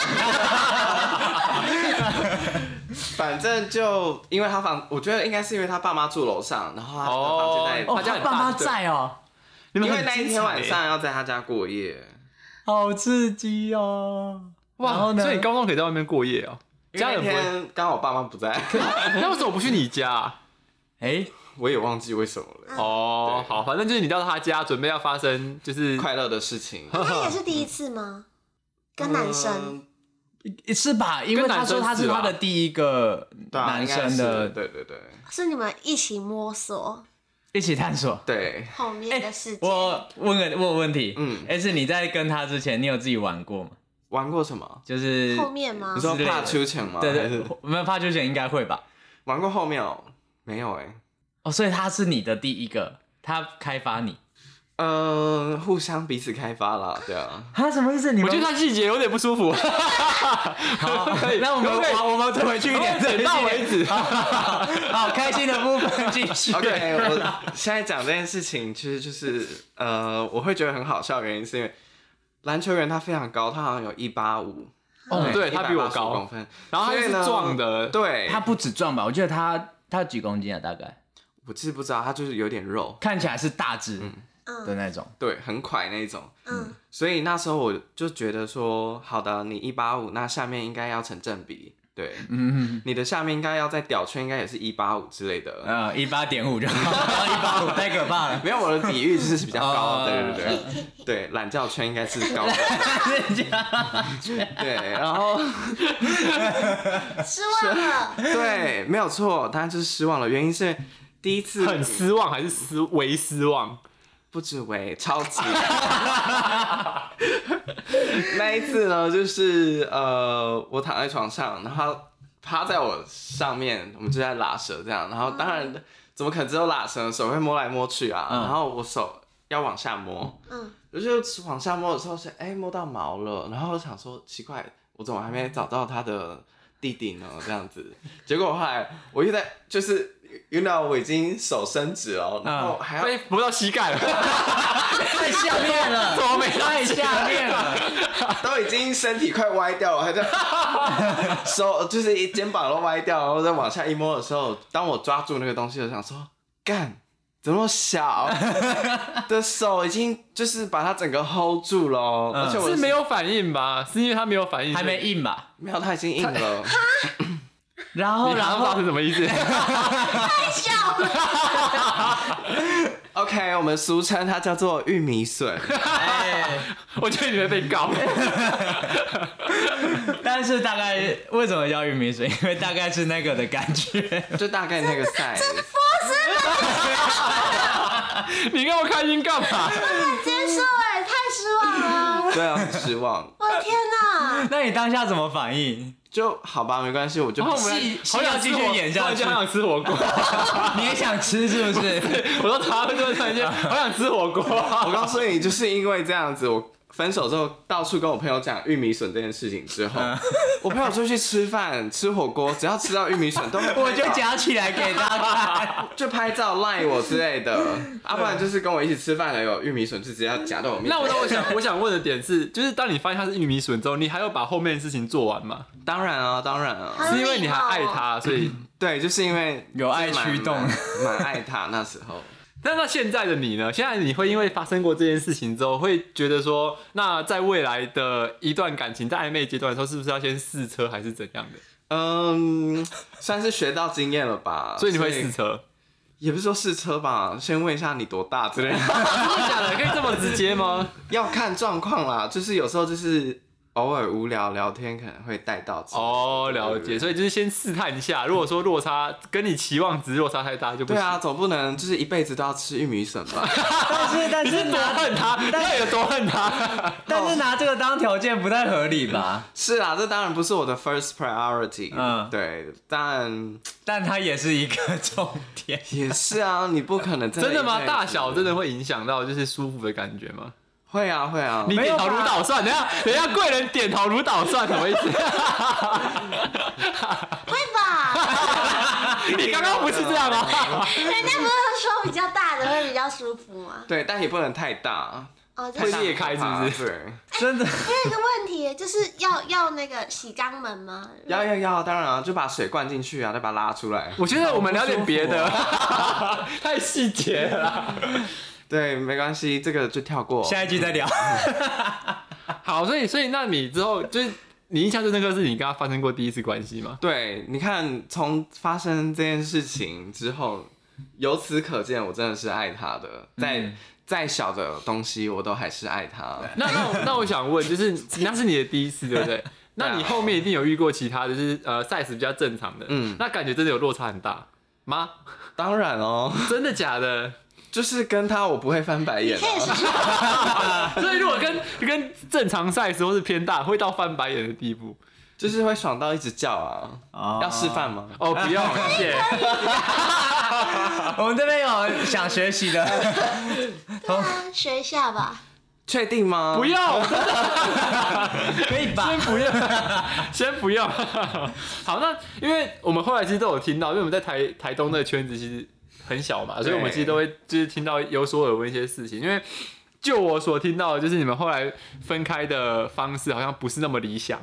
S4: 反正就因为他房，我觉得应该是因为他爸妈住楼上，然后他的房间在，
S2: 哦
S3: 哦，
S2: 他家
S3: 他
S2: 很大
S3: 爸妈在哦，
S2: 你们
S4: 因为
S2: 很
S4: 那一
S2: 精
S4: 天
S2: 彩
S4: 晚
S2: 欸
S4: 上要在他家过夜。
S3: 好刺激哦。
S2: 哇，
S3: 然后呢
S2: 所以你高中可以在外面过夜哦、
S4: 因
S2: 家
S4: 为那
S2: 人不会。
S4: 天刚好爸妈不在，
S2: 那为什么不去你家啊、
S3: 哎、
S4: 我也忘记为什么了。
S2: 哦，
S4: 对
S2: 好，反正就是你到他家，准备要发生就是
S4: 快乐的事情，
S1: 那也是第一次吗？跟男
S4: 嗯
S1: 生，
S3: 是吧？因为他说他是他的第一个
S4: 嗯对啊
S3: 男
S4: 应该
S3: 生
S4: 是
S3: 的，
S4: 对对对
S1: 是你们一起摸索
S3: 一起探索。哎
S4: 对，
S1: 后面的世界。
S3: 我问个问个问题，嗯
S4: 嗯
S3: ，S，你在跟他之前，你有自己玩过吗？
S4: 玩过什么？
S3: 就是
S1: 后面吗
S4: 你？说
S3: 之类的
S4: 怕秋千吗？
S3: 对对
S4: 还是，
S3: 我们发球选应该会吧？
S4: 玩过后面哦，没有哎。
S3: 哦，所以他是你的第一个，他开发你，
S4: 嗯，互相彼此开发啦，对啊。
S3: 他什么意思？你
S2: 我觉得他细节有点不舒服。
S3: 好
S2: 可以，
S3: 那我们
S2: 可不可以
S3: 我我们退回去一点，
S2: 可不可以点到为止
S3: 好好 好好开心的部分继续。
S4: OK，我 现在讲这件事情，其实就是呃，我会觉得很好笑，原因是因为篮球员他非常高，他好像有一八五，
S3: 哦
S2: 对他比我高
S4: 185公分，
S2: 然后他
S4: 所
S2: 又
S4: 以
S2: 是
S4: 呢
S2: 壮的，
S4: 对，
S3: 他不止壮吧？我觉得他他几公斤啊？大概
S4: 我其实不知道，他就是有点肉，
S3: 看起来是大只的
S1: 嗯
S3: 那种。
S4: 对，很快那一种。
S1: 嗯，
S4: 所以那时候我就觉得说，好的，你一八五，那下面应该要成正比，对，
S3: 嗯，
S4: 你的下面应该要在屌圈应该也是一八五之类的。
S3: 呃，一八点五就好，一八五太可怕了。
S4: 没有，我的底蕴就是比较高，
S3: 哦
S4: 对对对对，对懒觉圈应该是高的，对，然后
S1: 失望了。
S4: 对，没有错，他就是失望了，原因是第一次
S2: 很失望还是失为失望？
S4: 不止为超级。 那一次呢，就是呃，我躺在床上，然后趴在我上面，我们就在拉舌这样，然后当然怎么可能只有拉舌，手会摸来摸去啊，
S3: 嗯
S4: 然后我手要往下摸，
S1: 嗯，
S4: 我就往下摸的时候是哎、摸到毛了，然后我想说奇怪，我怎么还没找到他的弟弟呢？这样子，结果后来我又在就是。原来我已经手伸直了，
S3: 啊
S4: 然
S3: 嗯
S4: 后哦还要
S2: 被磨到膝盖了，
S3: 太下面了，
S2: 怎么没
S3: 太
S2: 带
S3: 下面了。
S4: 都已经身体快歪掉了，还在 手就是一肩膀都歪掉，然后再往下一摸的时候，当我抓住那个东西，我想说，干，怎么那 么小？的手已经就是把它整个 hold 住了哦，
S3: 嗯
S4: 而且我
S2: 是没
S4: 有
S2: 有反应吧？是因为他没有反应，
S3: 还没硬吧？
S4: 没有，它已经硬了。
S3: 然
S2: 所以。
S3: 后
S2: 你
S3: 然
S2: 想法
S3: 后
S2: 是什么意思？
S1: 笑了，
S4: OK，我们俗称它叫做玉米笋。
S3: 哎，
S2: 我觉得你会 被告。
S3: 但是大概为什么叫玉米水？因为大概是那个的感觉。
S4: 就大 概那个 size，
S2: 你跟我开心干嘛？
S1: 接受哎，太失望了。
S4: 对啊，很失望。
S1: 我的天 哪！
S3: 那你当下怎么反应？
S4: 就好吧，没关系，我就
S2: 然后我们
S3: 戏
S2: 好想吃
S3: 戏要继续
S2: 火
S3: 演下去
S2: 突然间好想吃火 锅。
S3: 你也想吃是不 是？
S2: 我说他会突然
S3: 啊
S2: 间好想吃火锅。
S4: 我告诉你，就是因为这样子，我分手之后到处跟我朋友讲玉米笋这件事情之后，
S2: 嗯
S4: 我朋友出去吃饭、吃火锅，只要吃到玉米笋都会
S3: 我就
S4: 拍照
S3: 夹起来给大家 看。
S4: 就拍照赖我之类 的，啊，不然就是跟我一起吃饭的有玉米笋，就直接要夹到我面前。
S2: 那我那我想我想问的点是，就是当你发现他是玉米笋之后，你还要把后面的事情做完吗？
S4: 当然啊，当然啊，
S1: 啊
S2: 是因为你还爱他，所以。
S4: 对，就是因为
S3: 有爱
S4: 就是蛮
S3: 驱动
S4: 蛮蛮爱他那时候。
S2: 但那现在的你呢？现在你会因为发生过这件事情之后，会觉得说，那在未来的一段感情在暧昧阶段的时候，是不是要先试车还是怎样的？
S4: 嗯，算是学到经验了吧。
S2: 所以你会试，车？
S4: 也不是说试车吧，先问一下你多大之类的。
S2: 真的假的？可以这么直接吗？
S4: 要看状况啦，就是有时候就是偶尔无聊聊天可能会带到这个
S2: 哦，
S4: 对对
S2: 了
S4: 对
S2: 解，所以就是先试探一下。如果说落差跟你期望值落差太大，就不
S4: 对
S2: 行。
S4: 啊，总不能就是一辈子都要吃玉米笋 吧？
S3: 但是但
S2: 你
S3: 是
S2: 是多
S3: 拿
S2: 恨他，那有多恨他？
S3: 但是拿这个当条件不太合理吧？
S4: 是啊，这当然不是我的 first priority。
S3: 嗯
S4: 对，但
S3: 但它也是一个重点。
S4: 也是啊，你不可 能
S2: 真的
S4: 一
S2: 吗？
S4: 辈子
S2: 大小真的会影响到就是舒服的感觉吗？
S4: 会啊会啊。
S2: 你
S3: 没
S2: 点
S3: 有吧
S2: 头如捣蒜，等一下等一下贵人点头如捣蒜什么意思？
S1: 会吧？
S2: 你刚刚不是这样吗？
S1: 人家不是说比较大的会比较舒服吗？
S4: 对，但也不能太大，
S1: 哦，就
S4: 太
S1: 是
S4: 大
S2: 裂开是不是
S4: 对，
S3: 真的，
S1: 我哎有一个问题，就是要要那个洗肛门吗？
S4: 要要要，当然啊，就把水灌进去啊，再把它拉出来。
S2: 我觉得我们聊点别的，啊 太细节了啦。
S4: 对，没关系，这个就跳过。
S3: 下一集再聊。
S2: 好，所以所以那你之后就是你印象最深刻是你跟他发生过第一次关系吗？
S4: 对，你看，从发生这件事情之后，由此可见，我真的是爱他的。再、再小的东西，我都还是爱他。
S2: 那那我那我想问，就是那是你的第一次，对不 对？啊那你后面一定有遇过其他，就是呃 size 比较正常的，嗯
S4: 嗯，
S2: 那感觉真的有落差很大吗？
S4: 当然哦，
S2: 真的假的？
S4: 就是跟他，我不会翻白眼、
S1: 可以
S4: 啊。
S1: 试试
S2: 所以如果跟跟正常 size 或是偏大，会到翻白眼的地步
S4: 就是会爽到一直叫啊！
S3: 哦
S4: 要示范吗？
S2: 哦，不要 谢谢。
S3: 我们这边有想学习的，
S1: 啊，学一下吧。
S4: 确定吗？
S2: 不要，
S3: 可以吧
S2: 先？不用， 先不用。好，那因为我们后来其实都有听到，因为我们在台台东那个圈子其实很小嘛，所以我们其实都会就是听到有所耳闻一些事情。因为就我所听到的，就是你们后来分开的方式好像不是那么理想。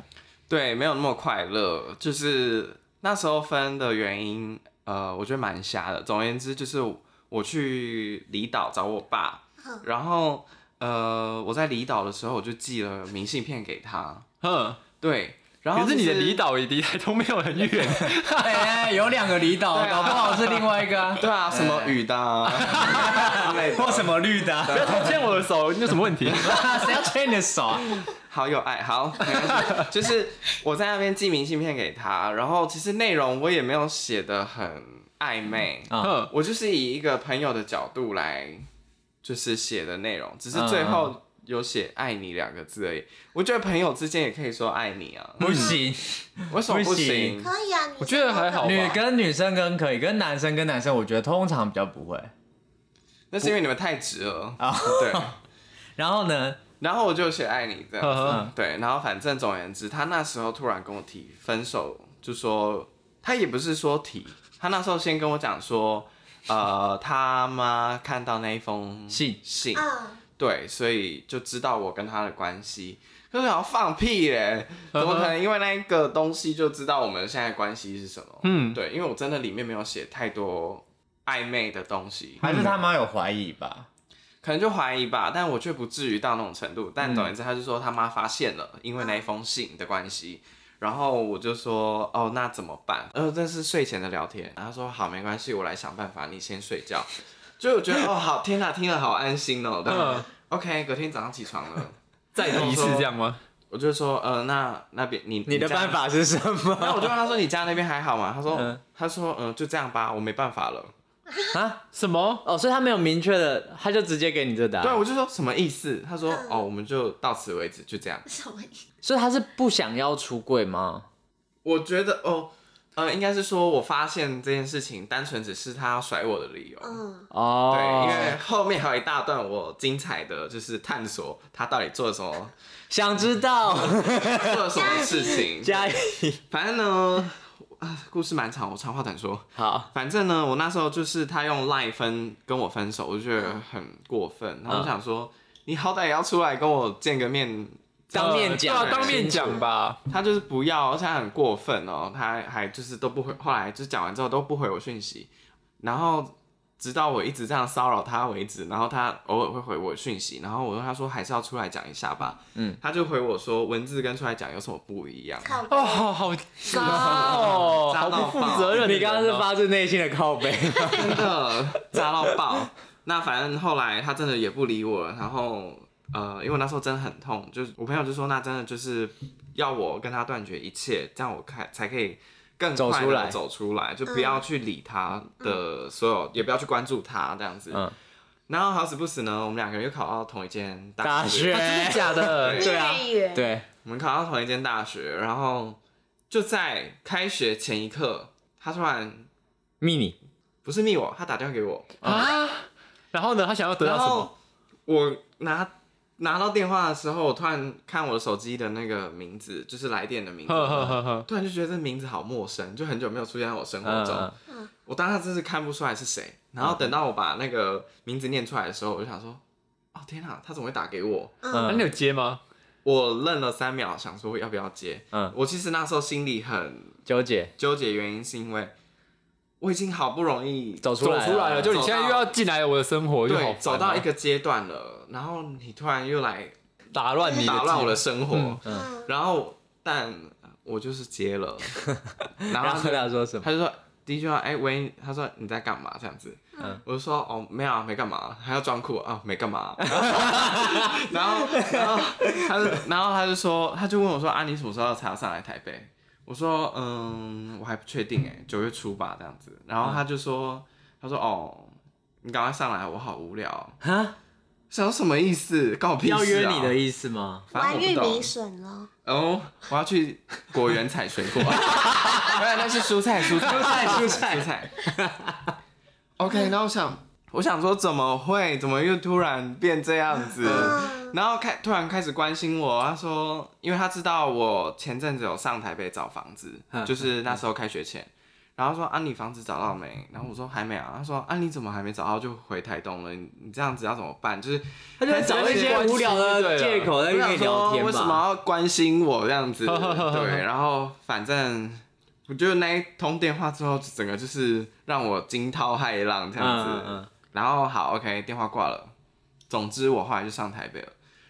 S4: 对，没有那么快乐。就是那时候分的原因，呃，我觉得蛮瞎的。总而言之，就是我去离岛找我爸，然后呃，我在离岛的时候，我就寄了明信片给他。
S2: 哼，
S4: 对，然后、
S2: 可
S4: 就是
S2: 你的离，岛也离台东没有很 远，啊
S3: 哎，有两个离岛，
S4: 对啊
S3: 搞不好是另外一个啊，
S4: 对啊，什
S2: 哎
S4: 么雨 的、啊之类的
S3: 或什么绿的啊，
S2: 不要偷牵我的手，你有什么问 题？
S3: 谁要牵你的手啊？
S4: 好有爱，好， 没关系就是我在那边寄明信片给他，然后其实内容我也没有写的很暧昧，
S3: 啊
S2: 哼，
S4: 我就是以一个朋友的角度来，就是写的内容，只是最后有写“爱你”两个字而已。我觉得朋友之间也可以说“爱你”啊，
S3: 不行，
S4: 为什么
S3: 不
S4: 不
S3: 行
S4: 行？
S1: 可以啊，你
S2: 我觉得还好吧
S3: 女跟女生跟可以，跟男生跟男生，我觉得通常比较不会。
S4: 那是因为你们太直了
S3: 啊
S4: 对，
S3: 然后呢，
S4: 然后我就写“爱你”这样
S2: 呵
S4: 子。
S2: 呵
S3: 嗯
S4: 对，然后反正总而言之，他那时候突然跟我提分手，就说他也不是说提，他那时候先跟我讲说，呃，他妈看到那一封
S3: 信
S4: 信，
S1: 嗯，
S4: 对，所以就知道我跟他的关系。可是好像放屁嘞，怎么可能因为那一个东西就知道我们现在的关系是什么？
S2: 嗯
S4: 对，因为我真的里面没有写太多暧昧的东西，
S3: 还是他妈有怀疑吧？
S4: 可能就怀疑吧，但我却不至于到那种程度。但
S3: 嗯
S4: 总而言之，他就说他妈发现了，因为那一封信的关系。然后我就说，哦，那怎么办？呃，这是睡前的聊天。然后他说，好，没关系，我来想办法，你先睡觉。就我觉得，哦，好，天哪，听了好安心哦。对
S2: 嗯
S4: OK，隔天早上起床了，
S2: 再提一次这样吗？
S4: 我就说，呃，那那边你
S3: 你的
S4: 家
S3: 办，法是什
S4: 那
S3: 么？
S4: 我就问他说，你家那边还好吗？他说，
S3: 嗯
S4: 他说，嗯、就这样吧，我没办法了。
S3: 啊，
S2: 什么？
S3: 哦，所以他没有明确的，他就直接给你这答
S4: 对，啊
S3: 案，
S4: 我就说什么意思？他说，哦，我们就到此为止，就这样。
S1: 什么意思？
S3: 所以他是不想要出柜吗？
S4: 我觉得，哦，呃，应该是说我发现这件事情，单纯只是他要甩我的理由。
S1: 嗯，
S3: 哦，
S4: 对，因为后面还有一大段我精彩的就是探索他到底做了什么，
S3: 想知 道
S4: 做了什么事情。
S3: 加一
S4: 反正呢，啊，故事蛮长，我长话短说。
S3: 好，
S4: 反正呢，我那时候就是他用赖分跟我分手，我就觉得很过分。
S3: 嗯
S4: 然后我想说，你好歹也要出来跟我见个面。
S3: 当面
S2: 呃
S3: 讲，
S2: 对啊当面讲吧。
S4: 他就是不要，而且他很过分哦，他还就是都不回，后来就讲完之后都不回我讯息，然后直到我一直这样骚扰他为止，然后他偶尔会回我讯息，然后我跟他说还是要出来讲一下吧，嗯，他就回我说文字跟出来讲有什么不一样？
S1: 靠
S2: 哦，
S1: 背。
S2: 好好渣哦，
S4: 渣
S2: 好
S4: 到
S2: 不负责任的人哦。
S3: 你刚刚是发自内心的靠背，
S4: 真的渣到爆。那反正后来他真的也不理我了，然后呃，因为我那时候真的很痛，就是我朋友就说，那真的就是要我跟他断绝一切，这样我看才可以更
S3: 走
S4: 快
S3: 出
S4: 地
S3: 来
S4: 走出来，就不要去理他的所有，也不要去关注他这样子。
S3: 嗯
S4: 然后好死不死呢，我们两个人又考到同一间
S3: 大学
S2: 啊真的假的？
S3: 对啊
S1: 孽缘
S3: 对，
S4: 我们考到同一间大学，然后就在开学前一刻，他突然
S3: 密你
S4: 不是密我，他打电话给我，
S2: 啊，然后呢？他想要得到
S4: 然
S2: 啊什么？
S4: 后我拿拿到电话的时候，我突然看我手机的那个名字，就是来电的名字，
S2: 呵呵呵呵，
S4: 突然就觉得这名字好陌生，就很久没有出现在我生活中。
S3: 嗯
S4: 我当时真是看不出来是谁，然
S2: 嗯
S4: 后等到我把那个名字念出来的时候，我就想说，哦天哪、他怎么会打给我？
S2: 那
S3: 嗯
S2: 你有接吗？
S4: 我愣了三秒，想说要不要接。
S3: 嗯，
S4: 我其实那时候心里很
S3: 纠结
S4: 纠结，原因是因为我已经好不容易
S3: 走出
S2: 走
S3: 来
S2: 出来了，就你
S4: 走
S2: 现在
S4: 到
S2: 又要进来我的生活，就好
S4: 对
S2: 烦哦
S4: 走到一个阶段了，然后你突然又来
S2: 打乱你的
S4: 打乱我的
S2: 计
S4: 生活，
S2: 嗯
S1: 嗯，
S4: 然后但我就是 接了，然
S3: 然
S4: 后
S3: 后
S4: 他就
S3: 他说什么？
S4: 他就说第一句话，哎、喂，他说你在干嘛这样子，
S3: 嗯
S4: 我就说哦没有啊，没干嘛，还要装酷啊，没干嘛， 然后然后他就然后他就说他就问我说啊你什么时候才要上来台北？我说嗯我还不确定哎、九月初吧这样子，然后他就说他说哦你赶快上来，我好无聊，
S3: 啊，
S4: 想说什么意思？关我屁事、啊、
S3: 要约你的意思吗？
S4: 反正
S1: 玩
S4: 我不
S1: 玉
S4: 懂
S1: 米笋了，
S4: 哦，我要去果园采水 果，没有，哎那是蔬菜，蔬菜，
S3: 蔬菜
S4: 蔬菜。OK，那我想，我想说，怎么会，怎么又突然变这样子？
S1: 嗯
S4: 然后开突然开始关心我，他说，因为他知道我前阵子有上台北找房子，就是那时候开学前，然后说啊，你房子找到没？然后我说还没啊，他说啊，你怎么还没找到就回台东了？你你这样子要怎么办？就是
S3: 他就在找一些无聊的借口在
S4: 我
S3: 跟你聊
S4: 想说
S3: 天吧？
S4: 为什么要关心我这样 子？对，然后反正我觉得那一通电话之后，整个就是让我惊涛骇浪这样子。
S3: 嗯嗯嗯
S4: 然后好，OK，电话挂了。总之，我后来就上台北了。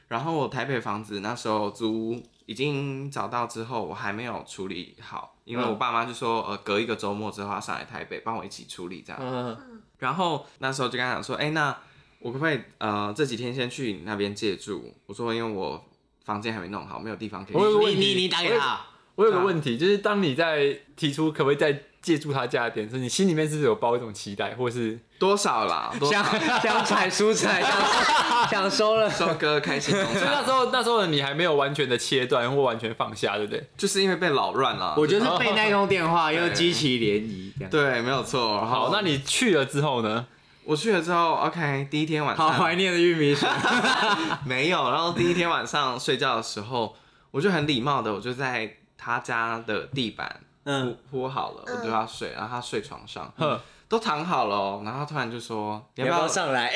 S4: 然后我台北房子那时候租已经找到之后，我还没有处理好，因为
S3: 嗯
S4: 我爸妈就说，呃，隔一个周末之后要上来台北帮我一起处理这样。
S3: 嗯，
S4: 然后那时候就跟他讲说，哎、那我可不可以呃这几天先去你那边借住？我说因为我房间还没弄好，没有地方可以
S2: 我有
S4: 住。
S2: 个
S3: 你
S2: 问
S3: 你
S2: 题，
S3: 你打给他
S2: 我有个问题，就是当你在提出可不可以再借助他家的点的时候，你心里面是不是有抱一种期待，或是
S4: 多少啦？多
S3: 想
S4: 少？
S3: 想采蔬菜，想想收了。
S4: 收割开心农
S2: 所 以那时
S4: 场，
S2: 候那时候的你还没有完全的切断或完全放下，对不对？
S4: 就是因为被扰乱了。
S3: 我觉得是被那通电话又
S4: 对
S3: 激起涟漪，这样
S4: 对，没有错。然后
S2: 好，那你去了之后呢？
S4: 我去了之后，OK，第一天晚
S3: 好
S4: 上
S3: 怀念的玉米笋。
S4: 没有。然后第一天晚上睡觉的时候，我就很礼貌的，我就在他家的地板铺
S3: 嗯，
S4: 铺好了，我
S1: 嗯
S4: 就要睡，然后他睡床上，
S2: 呵，
S4: 都躺好了哦、然后他突然就说：“你要不要
S3: 来？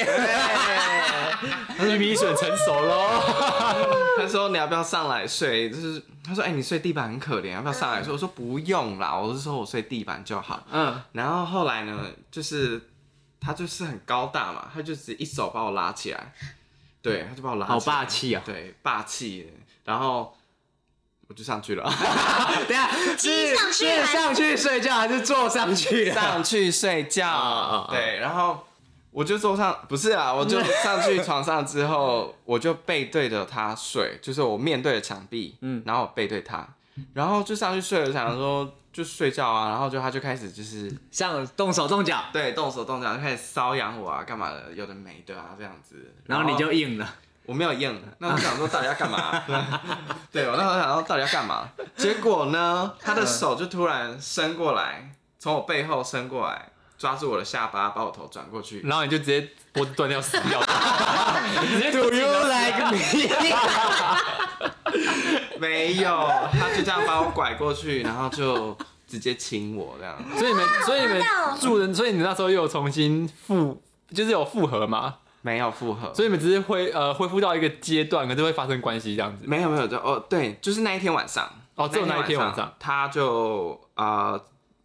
S2: 玉米笋成熟喽。
S4: 他说你要不要上来睡？就是他说哎、你睡地板很可怜，要不要上来睡？我说不用啦，我是说我睡地板就好。
S3: 嗯，
S4: 然后后来呢，就是他就是很高大嘛，他就只一手把我拉起来，对，他就把我拉起来，
S3: 好霸，气啊！
S4: 对，霸气。然后我就上去了，
S3: 等一下
S1: 骑
S3: 是
S1: 上去
S3: 是
S1: 还是
S3: 上去睡觉还是坐上去啊？
S4: 上去睡
S3: 啊啊
S4: 觉，
S3: 啊嗯
S4: 对，然后。我就坐上，不是啊，我就上去床上之后，我就背对着他睡，就是我面对着墙壁，
S3: 嗯
S4: 嗯，然后我背对他，然后就上去睡了，想说就睡觉啊，然后就他就开始就是
S3: 上动手动脚，
S4: 对动手动脚，就开始搔痒我啊，干嘛的，有的没的啊，这样子，
S3: 然后你就硬了。
S4: 我没有 硬，那我想说到底要干嘛？对，我那时候想说到底要 干嘛？结果呢，他的手就突然伸过
S2: 嗯
S4: 来，从我背后伸过来，抓住我的下巴，把我头转过去，
S2: 然后你就直接脖子断掉死 掉，直 接
S3: Do you like me？
S4: 没有，他就这样把我拐过去， 然后就直接亲我这样。
S2: 所 以你们所以你们
S1: 好棒哦
S2: 住人，所以你那时候又有重新复，就是有复合嘛？
S4: 没有复合，
S2: 所以你们只是恢呃恢复到一个阶段，可是会发生关系这样子。
S4: 没有没有就哦对，就是那一天晚上
S2: 哦只有那一天晚上
S4: 他就啊、呃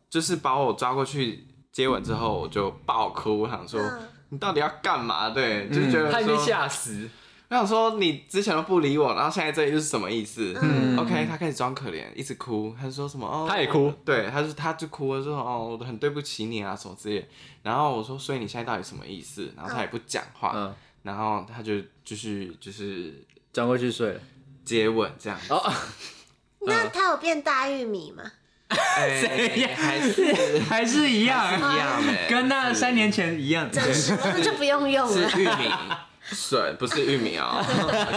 S4: 就是把我抓过去接吻之后，我就爆哭，我想说、
S1: 嗯
S4: 你到底要干嘛？对，就觉得
S2: 他已经
S4: 说，
S2: 吓死，
S4: 我想说你之前都不理我，然后现在这又是什么意思？嗯，OK，他开始装可怜，一直哭，他就说什么哦，
S2: 他也哭，
S4: 对，他就他就哭了，就说哦，我很对不起你啊，什么之类的。然后我说，所以你现在到底什么意思？然后他也不讲话。
S3: 嗯
S4: 然后他就继续就是
S3: 转过去睡了。
S4: 接吻这样。
S3: 哦，
S1: 那它有变大玉米吗？
S4: 哎
S3: 怎样
S4: 还是
S3: 还是一
S4: 还
S3: 样，
S4: 是一样的，
S3: 跟那
S4: 是
S3: 三年前一样。
S1: 真是，那就不用用了。
S4: 是玉米水，不是玉米哦。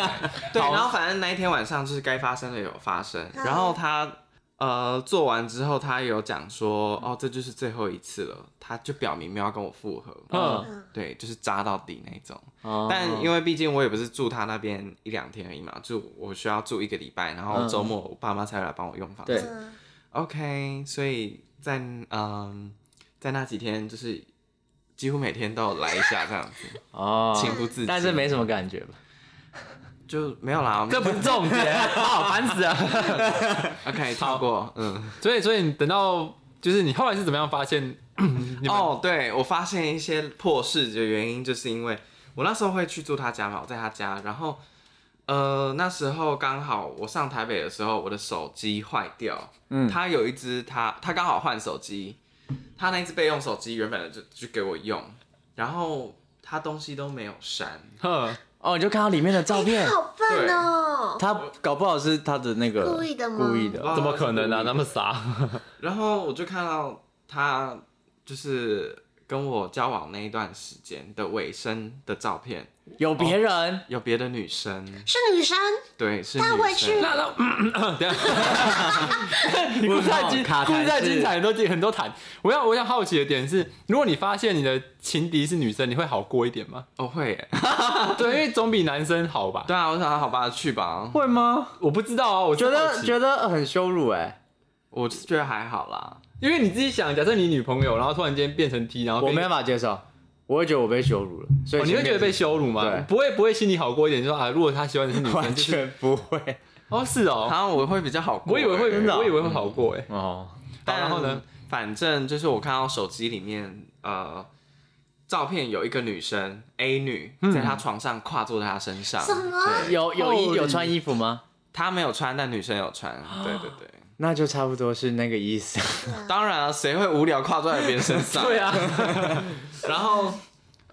S4: 对，然后反正那一天晚上就是该发生的有发生，
S1: 好
S4: 然后他呃做完之后，他有讲说，哦，这就是最后一次了，他就表明没有要跟我复合。
S2: 嗯，
S1: 嗯，
S4: 对，就是扎到底那种，
S3: 哦
S4: 但因为毕竟我也不是住他那边一两天而已嘛，就我需要住一个礼拜，然后周末我爸妈才会来帮我用房
S3: 对
S4: 子。OK，所以在嗯，在那几天就是几乎每天都有来一下这样子，
S3: 哦，
S4: 情不自禁。
S3: 但是没什么感觉吧？
S4: 就没有啦，我们
S2: 这不是重点， 好烦死了。
S4: OK 跳过，嗯，
S2: 所以，所以你等到就是你后来是怎么样发现？你们
S4: 哦，对我发现一些破事的原因，就是因为我那时候会去住他家嘛，我在他家，然后呃那时候刚好我上台北的时候，我的手机坏掉，
S3: 嗯
S4: 他有一只他他刚好换手机，他那一只备用手机原本的就就给我用，然后他东西都没有删，
S2: 哼，
S3: 哦，你就看到里面的照片
S1: 哎它，好笨哦。
S3: 他搞不好是他的那个
S1: 故意的吗
S3: 故意
S4: 哇
S3: 的。
S2: 怎么可能啊？那么傻，
S4: 然后我就看到他就是跟我交往那一段时间的尾声的照片。
S3: 有别人，
S4: 有别的女生，
S1: 是女生，
S4: 对，是女
S1: 她会去
S4: 生。
S2: 那那嗯， 等一下，
S3: 我
S2: 故事太精，
S3: 卡
S2: 故事太
S3: 是
S2: 精彩，很多很多谈。我要我想好奇的点是，如果你发现你的情敌是女生，你会好过一点吗？
S4: 哦，会耶，
S2: 对，因为总比男生好吧？
S4: 对啊，我想好吧，去吧。
S3: 会吗？
S2: 我不知道啊，我是
S3: 觉
S2: 好
S3: 得
S2: 奇
S3: 觉得很羞辱哎，
S4: 我是觉得还好啦，
S2: 因为你自己想，假设你女朋友，然后突然间变成 T，然后
S3: 我
S2: 跟
S3: 没办法接受，我会觉得我被羞辱了，所以
S2: 哦你会觉得被羞辱吗
S3: 对？
S2: 不会，不会心里好过一点，就说啊，如果他喜欢的 是女
S3: 辱，完
S2: 生，就是
S3: 全不会
S2: 哦，是
S4: 好
S2: 哦，
S4: 像我会比较好过欸
S2: 我以为会，
S4: 耶
S3: 真的哦
S2: 我以为会好过哎。
S3: 哦。
S4: 但
S2: 然后呢？
S4: 反正就是我看到手机里面呃照片有一个女生 A 女
S2: 嗯
S4: 在她床上跨坐在她身上，
S1: 什么
S4: 对
S3: 有有衣
S2: Holy-
S3: 有穿衣服吗？
S4: 她没有穿，但女生有穿，对对
S1: 啊
S4: 对。
S3: 那就差不多是那个意思。
S4: 当然了，谁会无聊跨坐在别人身 上？
S2: 对。啊，
S4: 然后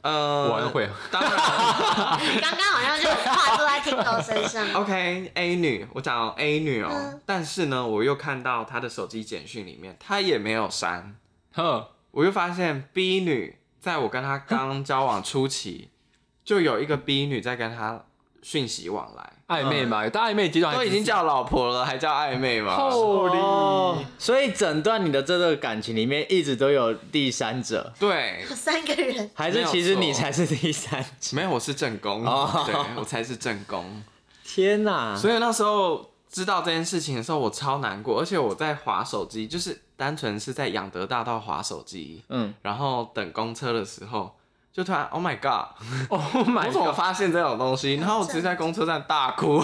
S4: 呃，
S2: 我还会啊。
S4: 当然
S1: 刚刚好像就跨坐在听狗身上。
S4: OK A 女，我讲 A 女哦、
S1: 嗯
S4: 但是呢，我又看到她的手机简讯里面，她也没有删。
S2: 哼，
S4: 我就发现 B 女在我跟她刚交往初期，就有一个 B 女在跟她讯息往来，
S2: 暧昧嘛，大暧昧阶段
S4: 嗯都已经叫老婆了，还叫暧昧吗？
S2: 厚
S3: 哦，所以整段你的这个感情里面一直都有第三者，
S4: 对，
S1: 三个人，
S3: 还是其实你才是第三者？
S4: 没有，我是正宫，
S3: 哦
S4: 对我才是正宫。
S3: 天哪！
S4: 所以那时候知道这件事情的时候，我超难过，而且我在划手机，就是单纯是在养德大道划手机，
S3: 嗯，
S4: 然后等公车的时候。就突然，Oh my God！
S2: ，Oh my
S4: 我怎么
S2: god，
S4: 发现这种东西？然后我直接在公车站大哭。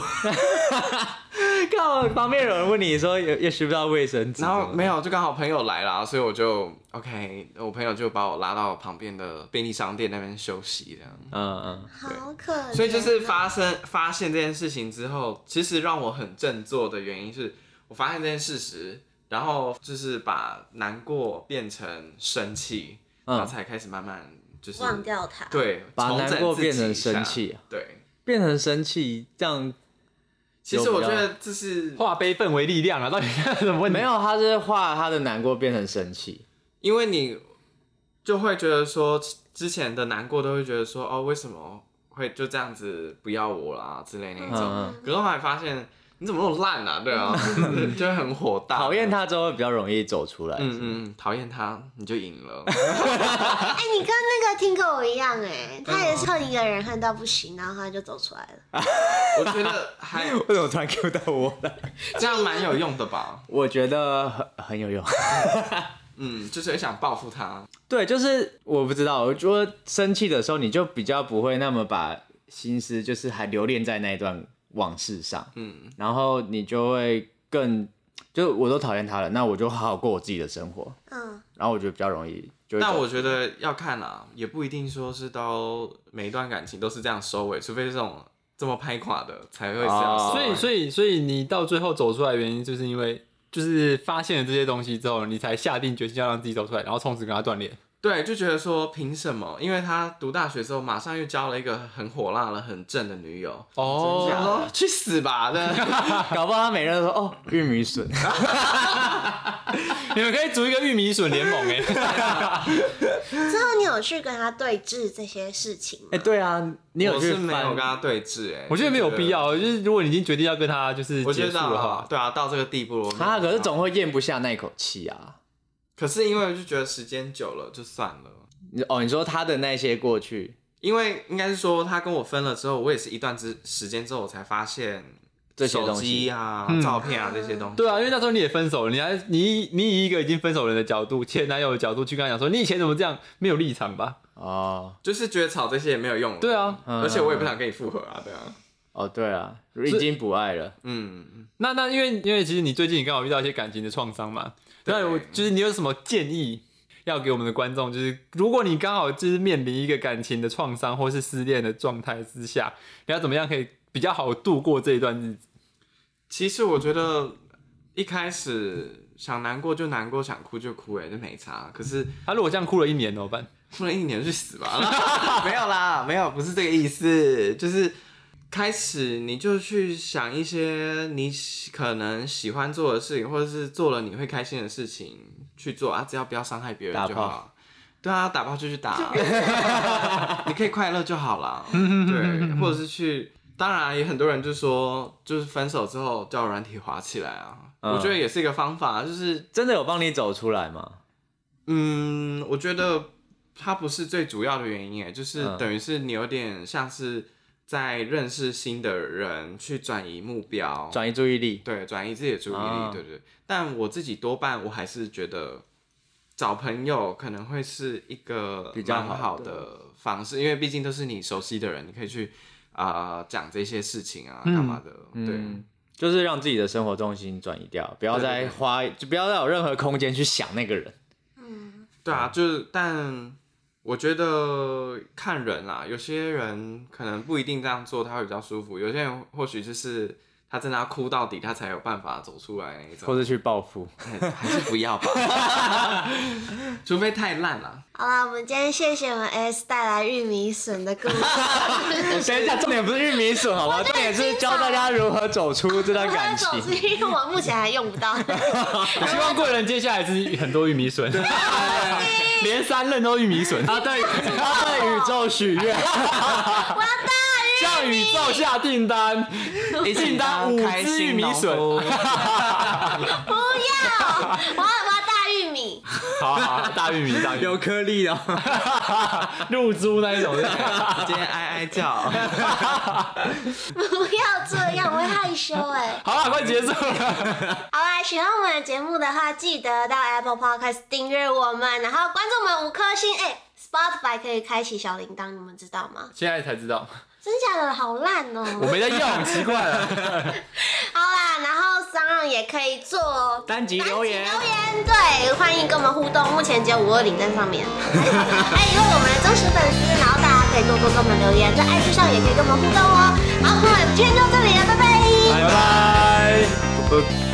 S3: 靠，旁边有人问你说也也需不需要卫生纸？
S4: 然后没有，就刚好朋友来啦，所以我就 OK，我朋友就把我拉到旁边的便利商店那边休息，这样。
S3: 嗯嗯，
S1: 好可怜哦。
S4: 所以就是发生发现这件事情之后，其实让我很振作的原因是我发现这件事实，然后就是把难过变成生气，
S3: 嗯
S4: 然后才开始慢慢就是
S1: 忘掉它。
S4: 对，
S3: 把
S4: 重整
S3: 难过
S4: 自己
S3: 变成
S4: 一下
S3: 生气啊
S4: 对。
S3: 变成生气这样
S4: 其实
S3: 有
S4: 我觉
S3: 比较
S4: 得这是
S2: 化悲愤为力量啊，到底是什么问题？
S3: 没有，他是化他的难过变成生气。
S4: 因为你就会觉得说，之之前的难过都会觉得说，哦，为什么会就这样子不要我啦之类那
S3: 嗯
S4: 种。
S3: 嗯，
S4: 可是后来发现，你怎么那么烂啊？对啊，就会很火大。
S3: 讨厌，他之后会比较容易走出来。
S4: 嗯嗯，讨厌他，你就 赢了。
S1: 哎，你跟那个听狗一样，
S4: 嗯
S1: 哎，他也是恨一个人恨到不行，然后他就走出来了。
S4: 我觉得还
S3: 为什么突然 Q 到我了？
S4: 这样蛮有用的吧。
S3: 我觉得很很有用。
S4: 嗯，就是很想报复他。
S3: 对，就是我不知道，我觉得生气的时候，你就比较不会那么把心思就是还留恋在那一段往事上，
S4: 嗯，
S3: 然后你就会更，就我都讨厌他了，那我就好好过我自己的生活，
S1: 嗯，
S3: 然后我觉得比较容易就会走。
S4: 但我觉得要看啦，也不一定说是都每一段感情都是这样收尾，除非是这种这么拍垮的才会这样收
S3: 哦
S4: 尾。
S2: 所以，所以，所以你到最后走出来的原因，就是因为就是发现了这些东西之后，你才下定决心要让自己走出来，然后从此跟他断裂。
S4: 对，就觉得说凭什么？因为他读大学之后，马上又交了一个很火辣了、很正的女友，我想
S2: 哦，
S4: 说去死吧！那
S3: 搞不好他每人都说哦，玉米 笋，
S2: 你们可以组一个玉米笋联盟 哎，
S1: 之后你有去跟他对峙这些事情吗？
S3: 哎，对啊， 你有
S4: 我
S3: 去
S4: 是没有
S3: 翻
S4: 跟他对峙、哎，
S2: 我觉得没有必。要，就是如果你已经决定要跟他就是
S4: 我
S2: 结
S4: 觉
S2: 束
S4: 得
S2: 的
S4: 啊
S2: 话，，
S4: 对啊，到这个地步了
S3: 啊？可是，总会咽不下那口气啊。
S4: 可是因为我就觉得时间久了就算了。
S3: 你哦，你说他的那些过去，
S4: 因为应该是说他跟我分了之后，我也是一段之时间之后，我才发现
S3: 这些东西
S4: 手机啊、 照片啊这些东西。
S2: 对啊，因为那时候你也分手了，你还你你以一个已经分手人的角度，前男友的角度去跟他讲说，你以前怎么这样，没有立场吧？
S3: 哦
S4: 就是觉得吵这些也没有用。
S2: 对，啊，
S4: 而且我也不想跟你复合啊，对啊，
S3: 哦，对啊，已经不爱了。
S4: 嗯，
S2: 那那因为因为其实你最近刚好遇到一些感情的创伤嘛，
S4: 对
S2: 那我就是你有什么建议要给我们的观众？就是如果你刚好就是面临一个感情的创伤或是失恋的状态之下，你要怎么样可以比较好度过这一段日子？
S4: 其实我觉得一开始想难过就难过，想哭就哭、哎，就没差。可是
S2: 他、如果这样哭了一年怎么办？
S4: 不能一年去死吧？ 没有啦，没有，不是这个意思，就是开始你就去想一些你喜可能喜欢做的事情，或者是做了你会开心的事情去做啊，只要不要伤害别人就
S3: 打
S4: 好。对啊，打炮就去打， 你可以快乐就好啦。对，或者是去，当然啊有很多人就说，就是分手之后叫软体滑起来啊，
S3: 嗯
S4: 我觉得也是一个方法，就是
S3: 真的有帮你走出来吗？
S4: 嗯，我觉得它不是最主要的原因，哎，就是
S3: 嗯
S4: 等于是你有点像是在认识新的人，去转移目标，
S3: 转移注意力，
S4: 对，转移自己的注意力，
S3: 啊
S4: 对对。对但我自己多半我还是觉得找朋友可能会是一个
S3: 比较
S4: 蛮
S3: 好
S4: 好
S3: 的
S4: 的方式，因为毕竟都是你熟悉的人，你可以去啊、讲这些事情啊，
S2: 嗯
S4: 干嘛的，对。
S3: 嗯，就是让自己的生活重心转移掉，不要
S4: 对
S3: 再
S4: 对对
S3: 花，就不要再有任何空间去想那个人。
S1: 嗯，
S4: 对啊，就是，但我觉得看人啦，有些人可能不一定这样做，他会比较舒服；有些人或许就是他真的要哭到底，他才有办法走出来那
S3: 或
S4: 种。
S3: 者去报 复，
S4: 还是不要吧，除非太烂了。
S1: 好啦，我们今天谢谢我们 S 带来玉米笋的故 事。
S3: 等一下，重点不是玉米笋，好吗？重点是教大家如何走出这段
S1: 我
S3: 感
S1: 的手
S3: 情。
S1: 机因为我目前还用不 到。
S2: 希望贵人接下来是很多玉米笋，连三任都玉米 笋，
S3: 他对，他对宇宙许 愿，
S2: 向宇宙下订单，订单五
S4: 开
S2: 只玉
S4: 心
S2: 米笋，
S4: 农夫
S1: 不要，我要我要大玉米。
S2: 好好好大玉米 大玉米，
S3: 颗粒哦。
S2: 露珠那一种。
S4: 今天哀哀叫。
S1: 不要这样，我会害羞哎、
S2: 好了，快结束 了。
S1: 好啦，喜欢我们的节目的话，记得到 Apple Podcast 订阅我们，然后关注我们五颗星。哎、s p o t i f y 可以开启小铃铛，你们知道吗？
S2: 现在才知道，
S1: 真假的好烂哦、
S2: 我没在用，奇怪了。
S1: 好啦，然后商让也可以做
S3: 单集留言
S1: 单集留言对，欢迎跟我们互动。目前只有五二零在上面， 还有我们的忠实粉丝，然后大家可以多多跟我们留言，在 IG 上也可以跟我们互动哦。好，那我们今天就到这里了，拜拜。
S2: 拜拜。